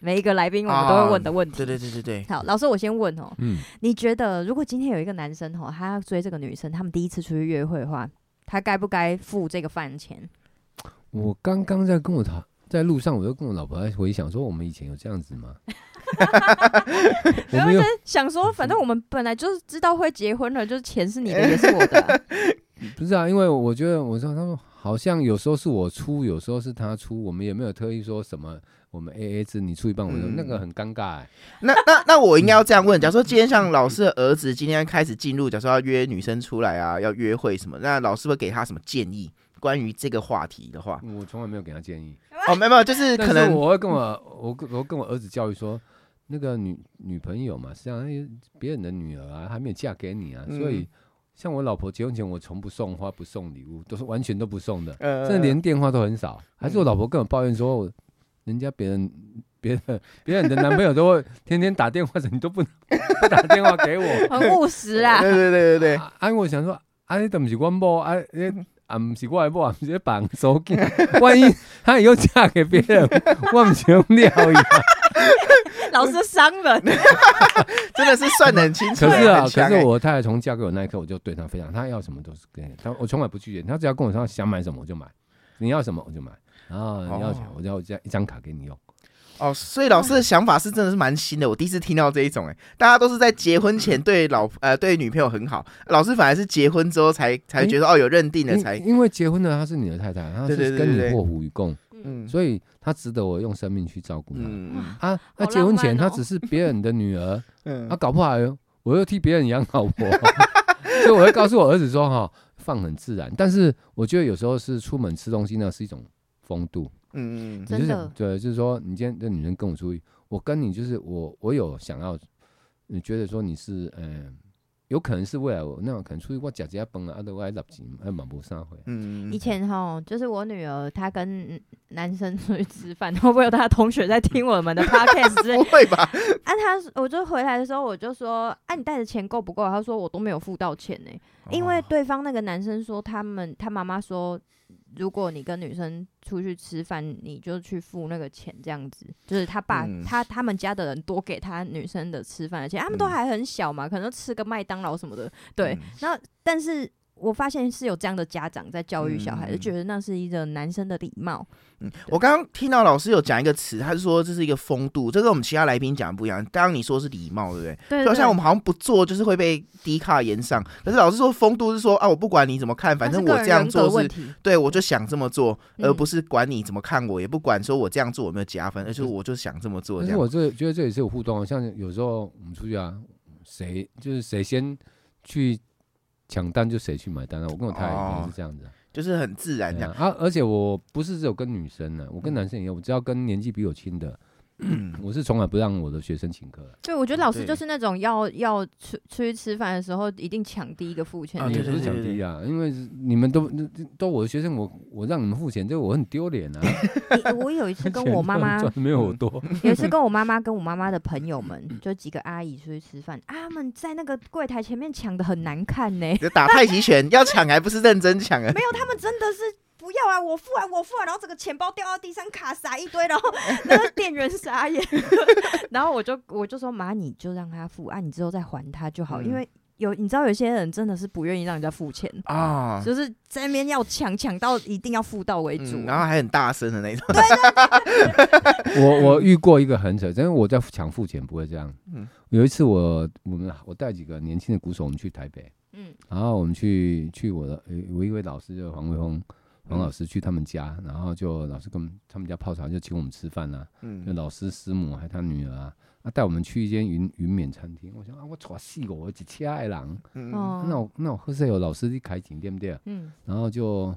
Speaker 2: 每一个来宾我们都会问的问题。
Speaker 1: 啊对对对对对，
Speaker 2: 好，老师，我先问哦，
Speaker 3: 嗯，
Speaker 2: 你觉得如果今天有一个男生哦，他要追这个女生，他们第一次出去约会的话，他该不该付这个饭钱？
Speaker 3: 我刚刚在跟我讨，在路上我就跟我老婆在回想说，我们以前有这样子吗？ 我们有，
Speaker 2: 想说，反正我们本来就是知道会结婚了，就是钱是你的，也是我的啊、
Speaker 3: 不是啊，因为我觉得我知道他们好像有时候是我出，有时候是他出，我们也没有特意说什么。我们 A A 制，你出一半，我出，
Speaker 1: 嗯
Speaker 3: 那个很尴尬、欸。
Speaker 1: 那那那我应该要这样问：假如说今天像老师的儿子今天开始进入，假如说要约女生出来啊，要约会什么，那老师会给他什么建议？关于这个话题的 话，
Speaker 3: 我从来没有给他建议，
Speaker 1: 哦，没有没有，就是
Speaker 3: 但
Speaker 1: 可
Speaker 3: 是
Speaker 1: 能嗯
Speaker 3: 我会跟我我跟我跟我儿子教育说，那个女女朋友嘛，是啊，哎别人的女儿啊，还没有嫁给你啊，所以
Speaker 1: 嗯
Speaker 3: 像我老婆结婚前，我从不送花，不送礼物，都是完全都不送的。
Speaker 1: 呃
Speaker 3: 甚至连电话都很少。还是我
Speaker 1: 嗯
Speaker 3: 老婆跟我抱怨说，我人家别人、别人、别人的男朋友都会天天打电话，你都不能不打电话给我。
Speaker 2: 很务实啦。
Speaker 1: 对对对对嗯对，
Speaker 3: 啊，啊我想说，啊，你都不是我某，啊，你啊，不是我的某，啊，不是绑手机，万一她以后嫁给别人，我不是用料理。
Speaker 2: 老师伤人，
Speaker 1: 真的是算得很清楚
Speaker 3: 可
Speaker 1: 欸，
Speaker 3: 是啊，
Speaker 1: 很
Speaker 3: 可
Speaker 1: 强
Speaker 3: 是
Speaker 1: 欸
Speaker 3: 我太太从嫁给我那一刻，我就对她非常，她要什么都是给她，我从来不拒绝，她只要跟我说想买什么我就买，你要什么我就买，然后你要钱
Speaker 1: 哦
Speaker 3: 我就这样一张卡给你用。
Speaker 1: 哦，所以老师的想法是真的是蛮新的，我第一次听到这一种哎、大家都是在结婚前对老呃对女朋友很好，老师反而是结婚之后才才觉得、哦有认定了
Speaker 3: 因
Speaker 1: 才
Speaker 3: 因为结婚的她是你的太太，她
Speaker 1: 对对
Speaker 3: 是
Speaker 1: 对
Speaker 3: 跟
Speaker 1: 对
Speaker 3: 你
Speaker 1: 对
Speaker 3: 祸福与共，
Speaker 1: 嗯
Speaker 3: 所以她值得我用生命去照顾她。
Speaker 1: 嗯
Speaker 3: 啊，
Speaker 2: 好
Speaker 3: 那结
Speaker 2: 浪
Speaker 3: 婚
Speaker 2: 漫
Speaker 3: 前她
Speaker 2: 哦
Speaker 3: 只是别人的女儿，
Speaker 1: 嗯
Speaker 3: 啊，搞不好我又替别人养老 婆，所以我会告诉我儿子说哈，放很自然。但是我觉得有时候是出门吃东西呢是一种风度，
Speaker 1: 嗯嗯
Speaker 3: 你就是
Speaker 2: 真的
Speaker 3: 想对，就是说你今天这女人跟我出去，我跟你就是我我有想要，你觉得说你是嗯、呃有可能是未来我那我可能出去我假假崩了，啊，都我还立钱，还蛮不上回。
Speaker 1: 嗯
Speaker 2: 以前哈，就是我女儿她跟嗯男生出去吃饭， 会不会有她的同学在听我们的 podcast 之类
Speaker 1: 不？会吧？
Speaker 2: 啊，她我就回来的时候，我就说，啊，你带的钱够不够？她说我都没有付到钱呢、因
Speaker 1: 哦
Speaker 2: 为对方那个男生说，他们他妈妈说，如果你跟女生出去吃饭，你就去付那个钱，这样子，就是他爸、
Speaker 1: 嗯
Speaker 2: 他他们家的人多给他女生的吃饭的钱，他们都
Speaker 1: 嗯
Speaker 2: 还很小嘛，可能就吃个麦当劳什么的，对，
Speaker 1: 嗯
Speaker 2: 那但是我发现是有这样的家长在教育小孩，
Speaker 1: 嗯
Speaker 2: 就觉得那是一个男生的礼貌。
Speaker 1: 嗯我刚刚听到老师有讲一个词，他是说这是一个风度，这跟我们其他来宾讲的不一样。刚刚你说是礼貌，对不对？
Speaker 2: 对
Speaker 1: 就好像我们好像不做就是会被低卡延上，可是老师说风度是说啊，我不管你怎么看，反正我这样做
Speaker 2: 问
Speaker 1: 是
Speaker 2: 题，
Speaker 1: 对，我就想这么做，
Speaker 2: 嗯
Speaker 1: 而不是管你怎么看我，也不管说我这样做有没有加分，而是我就想这么做
Speaker 3: 可
Speaker 1: 这
Speaker 3: 是
Speaker 1: 样。
Speaker 3: 我这觉得这也是有互动啊，像有时候我们出去啊，谁就是谁先去抢单就谁去买单啊。我跟我太太以前
Speaker 1: 哦
Speaker 3: 是这样子啊，
Speaker 1: 就是很自然这
Speaker 3: 对
Speaker 1: 样。嗯
Speaker 3: 啊啊而且我不是只有跟女生呢、我跟男生也有，我只要跟年纪比我轻的，我是从来不让我的学生请
Speaker 1: 啊
Speaker 3: 客的，
Speaker 2: 对，我觉得老师
Speaker 1: 对
Speaker 2: 就是那种要要出出去吃饭的时候，一定抢第一个付钱
Speaker 1: 啊
Speaker 2: 的
Speaker 1: 对
Speaker 3: 也
Speaker 2: 人。
Speaker 3: 不是
Speaker 1: 对
Speaker 3: 讲
Speaker 1: 对
Speaker 3: 低啊，因为你们都都我的学生，我我让你们付钱，这我很丢脸啊。
Speaker 2: 你我有一次 跟我妈妈
Speaker 3: 钱赚得没
Speaker 1: 嗯
Speaker 3: 有我多，
Speaker 2: 有一次跟我妈妈跟我妈妈的朋友们，就几个阿姨出去吃饭，啊，他们在那个柜台前面抢的很难看呢、
Speaker 1: 你打太极拳要抢还不是认真抢啊？
Speaker 2: 没有，他们真的是不要啊，我付啊，我付啊，然后整个钱包掉到地上，卡撒一堆，然后那个店员傻 眼，然后我就我就说妈，你就让他付啊，你之后再还他就好，
Speaker 1: 嗯
Speaker 2: 因为有你知道有些人真的是不愿意让人家付钱，
Speaker 1: 啊，
Speaker 2: 就是在那边要抢，抢到一定要付到为主，
Speaker 1: 嗯然
Speaker 3: 啊
Speaker 1: 后还很大声的那种，
Speaker 3: 我我遇过一个很扯，但是我在抢付钱不会这样。
Speaker 1: 嗯
Speaker 3: 有一次我我们我带几个年轻的鼓手，我们去台北，
Speaker 2: 嗯
Speaker 3: 然后我们去去我的呃我一位老师就是黄卫峰
Speaker 1: 嗯
Speaker 3: 黄老师去他们家，然后就老师跟我们他们家泡茶，就请我们吃饭啊，就
Speaker 1: 嗯，
Speaker 3: 老师师母还有他女儿啊。啊，带我们去一间云云免餐厅。我想啊，我娶死我，我一车的人。
Speaker 1: 嗯
Speaker 2: 哦
Speaker 3: 那我那我喝醉有老师你开景对不对？
Speaker 2: 嗯，
Speaker 3: 然后就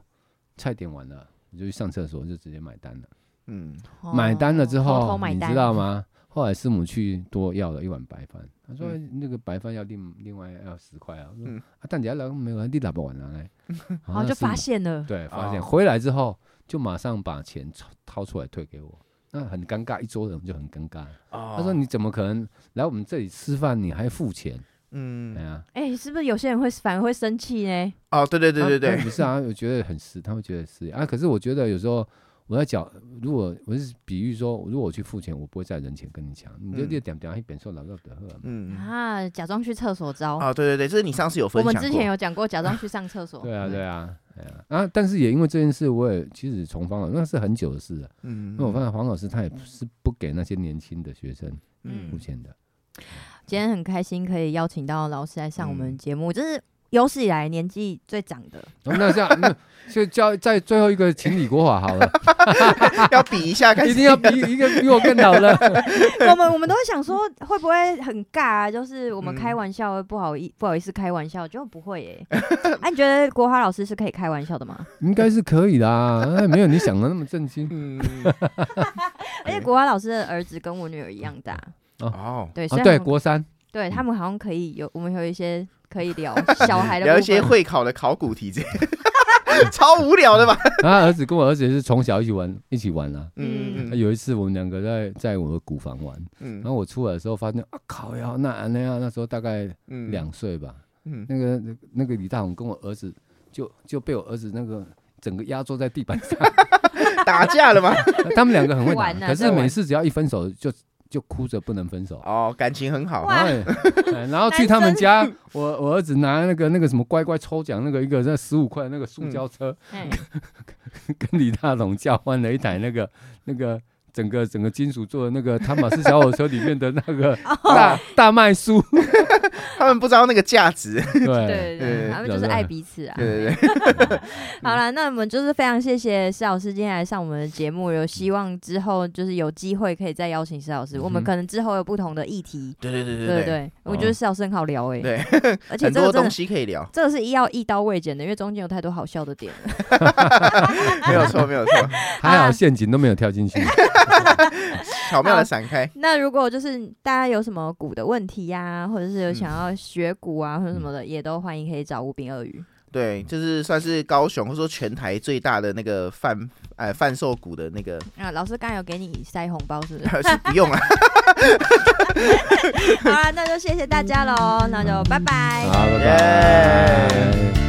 Speaker 3: 菜点完了，我就去上厕所，就直接买单了。
Speaker 1: 嗯，
Speaker 3: 买单了之后，
Speaker 2: 哦偷偷买
Speaker 3: 你
Speaker 2: 单
Speaker 3: 知道？吗？后来师母去多要了一碗白饭，她说、
Speaker 1: 嗯
Speaker 3: 那个白饭要另另外要十块啊。我说、
Speaker 1: 嗯
Speaker 3: 啊，但你要来没有啊？你拿不完拿 来，然
Speaker 2: 然哦后就发
Speaker 3: 师母
Speaker 2: 现了，
Speaker 3: 对发现、
Speaker 1: 哦
Speaker 3: 回来之后就马上把钱掏掏出来退给我，那很尴尬，一桌人就很尴尬。
Speaker 1: 哦
Speaker 3: 他说你怎么可能来我们这里吃饭你还付钱？哎
Speaker 1: 嗯，
Speaker 3: 呀，
Speaker 2: 哎、是不是有些人会反而会生气呢？
Speaker 1: 哦，对对对
Speaker 3: 他
Speaker 1: 对
Speaker 3: 他
Speaker 1: 对，
Speaker 3: 不是啊，我觉得很失，他会觉得失礼啊。可是我觉得有时候我在讲，如果我是比喻说，如果我去付钱，我不会在人前跟你讲，你就
Speaker 1: 嗯
Speaker 3: 列点点一本说老到得喝。
Speaker 1: 嗯，
Speaker 2: 啊，假装去厕所招。
Speaker 3: 啊
Speaker 1: 哦，对对对，这是你上次有
Speaker 2: 我
Speaker 1: 分
Speaker 2: 们
Speaker 1: 享
Speaker 2: 之
Speaker 1: 过
Speaker 2: 前有讲过，假装去上厕所。
Speaker 3: 对啊，对啊，哎呀啊！但是也因为这件事，我也其实重方了，那是很久的事了。
Speaker 1: 嗯，
Speaker 3: 因为我发现黄老师他也不是不给那些年轻的学生付
Speaker 1: 嗯
Speaker 3: 钱的，
Speaker 2: 今天很开心可以邀请到老师来上我
Speaker 1: 嗯
Speaker 2: 们节目，这是有史以来年纪最长的。
Speaker 3: 然后那这样，那就叫在最后一个情理国法好了，
Speaker 1: 要比一下，开
Speaker 3: 一
Speaker 1: 始
Speaker 3: 定要比一个比我更老的。
Speaker 2: 我们我们都会想说，会不会很尬啊？就是我
Speaker 1: 嗯
Speaker 2: 们开玩笑会不好意不好意思开玩笑，就不会 耶、哎、你觉得国华老师是可以开玩笑的吗？
Speaker 3: 应该是可以的啊，哎没有你想的那么 震惊。
Speaker 1: 嗯，哎
Speaker 2: 而且国华老师的儿子跟我女儿一样大，
Speaker 1: 哦，
Speaker 2: 对，所以
Speaker 3: 啊，
Speaker 2: 他
Speaker 3: 对，
Speaker 2: 们、
Speaker 3: 国三，
Speaker 2: 对他们好像可以有，我们有一些可以 聊小孩的部分，
Speaker 1: 聊一些会考的考古题，这 超无聊 的吧？
Speaker 3: 他啊儿子跟我儿子也是从小一起玩，一起玩啊。
Speaker 1: 嗯
Speaker 3: 有一次我们两个在在我的古房玩，
Speaker 1: 嗯
Speaker 3: 然后我出来的时候发现啊靠呀，那那样那时候大概
Speaker 1: 嗯
Speaker 3: 两岁吧，
Speaker 1: 嗯，
Speaker 3: 那个那个李大红跟我儿子就就被我儿子那个整个压坐在地板 上，
Speaker 1: 打架了 吗？
Speaker 3: 他们两个很会打，
Speaker 2: 玩啊
Speaker 3: 可
Speaker 2: 在
Speaker 3: 是
Speaker 2: 玩
Speaker 3: 每次只要一分手就就哭着不能分手。
Speaker 1: 哦，感情很好
Speaker 2: 哇，
Speaker 3: 然后也，哎然后去他们家，我我儿子拿那个那个什么乖乖抽奖那个一个那十五块那个塑胶车，
Speaker 2: 哎
Speaker 3: 跟李大龙交换了一台那个 那个整个整个金属做的那个汤马斯小火车里面的那个大大麦酥，
Speaker 1: 他们不知道那个价值。
Speaker 3: 对。
Speaker 2: 对对对，
Speaker 1: 对
Speaker 2: 他们就是爱彼此啊。
Speaker 1: 对对对，嗯
Speaker 2: 好了，那我们就是非常谢谢施老师今天来上我们的节目，
Speaker 1: 嗯
Speaker 2: 有希望之后就是有机会可以再邀请施老师，
Speaker 3: 嗯哼
Speaker 2: 我们可能之后有不同的议题，
Speaker 1: 对对对
Speaker 2: 对
Speaker 1: 对
Speaker 2: 不
Speaker 1: 哦
Speaker 2: 对，我觉得施老师很好聊哎，
Speaker 1: 对，
Speaker 2: 而且
Speaker 1: 很
Speaker 2: 这
Speaker 1: 多
Speaker 2: 个真
Speaker 1: 东
Speaker 2: 的。
Speaker 1: 西可以聊，
Speaker 2: 这个是一要一刀未剪的，因为中间有太多好笑的点 了。
Speaker 1: 没有错没有错，
Speaker 3: 还好陷阱都没有跳进去。
Speaker 1: 巧妙的闪开。
Speaker 2: 那如果就是大家有什么鼓的问题呀、或者是有想要学鼓啊，或者什
Speaker 1: 嗯
Speaker 2: 么的，也都欢迎可以找吴炳鳄鱼。
Speaker 1: 对，就是算是高雄或者说全台最大的那个贩呃贩售股的那个，
Speaker 2: 啊，老师刚才有给你塞红包 是不是？
Speaker 1: 是不用啊。
Speaker 2: 好啦，那就谢谢大家喽，那就拜拜。
Speaker 3: 好，拜
Speaker 1: 耶
Speaker 3: 拜。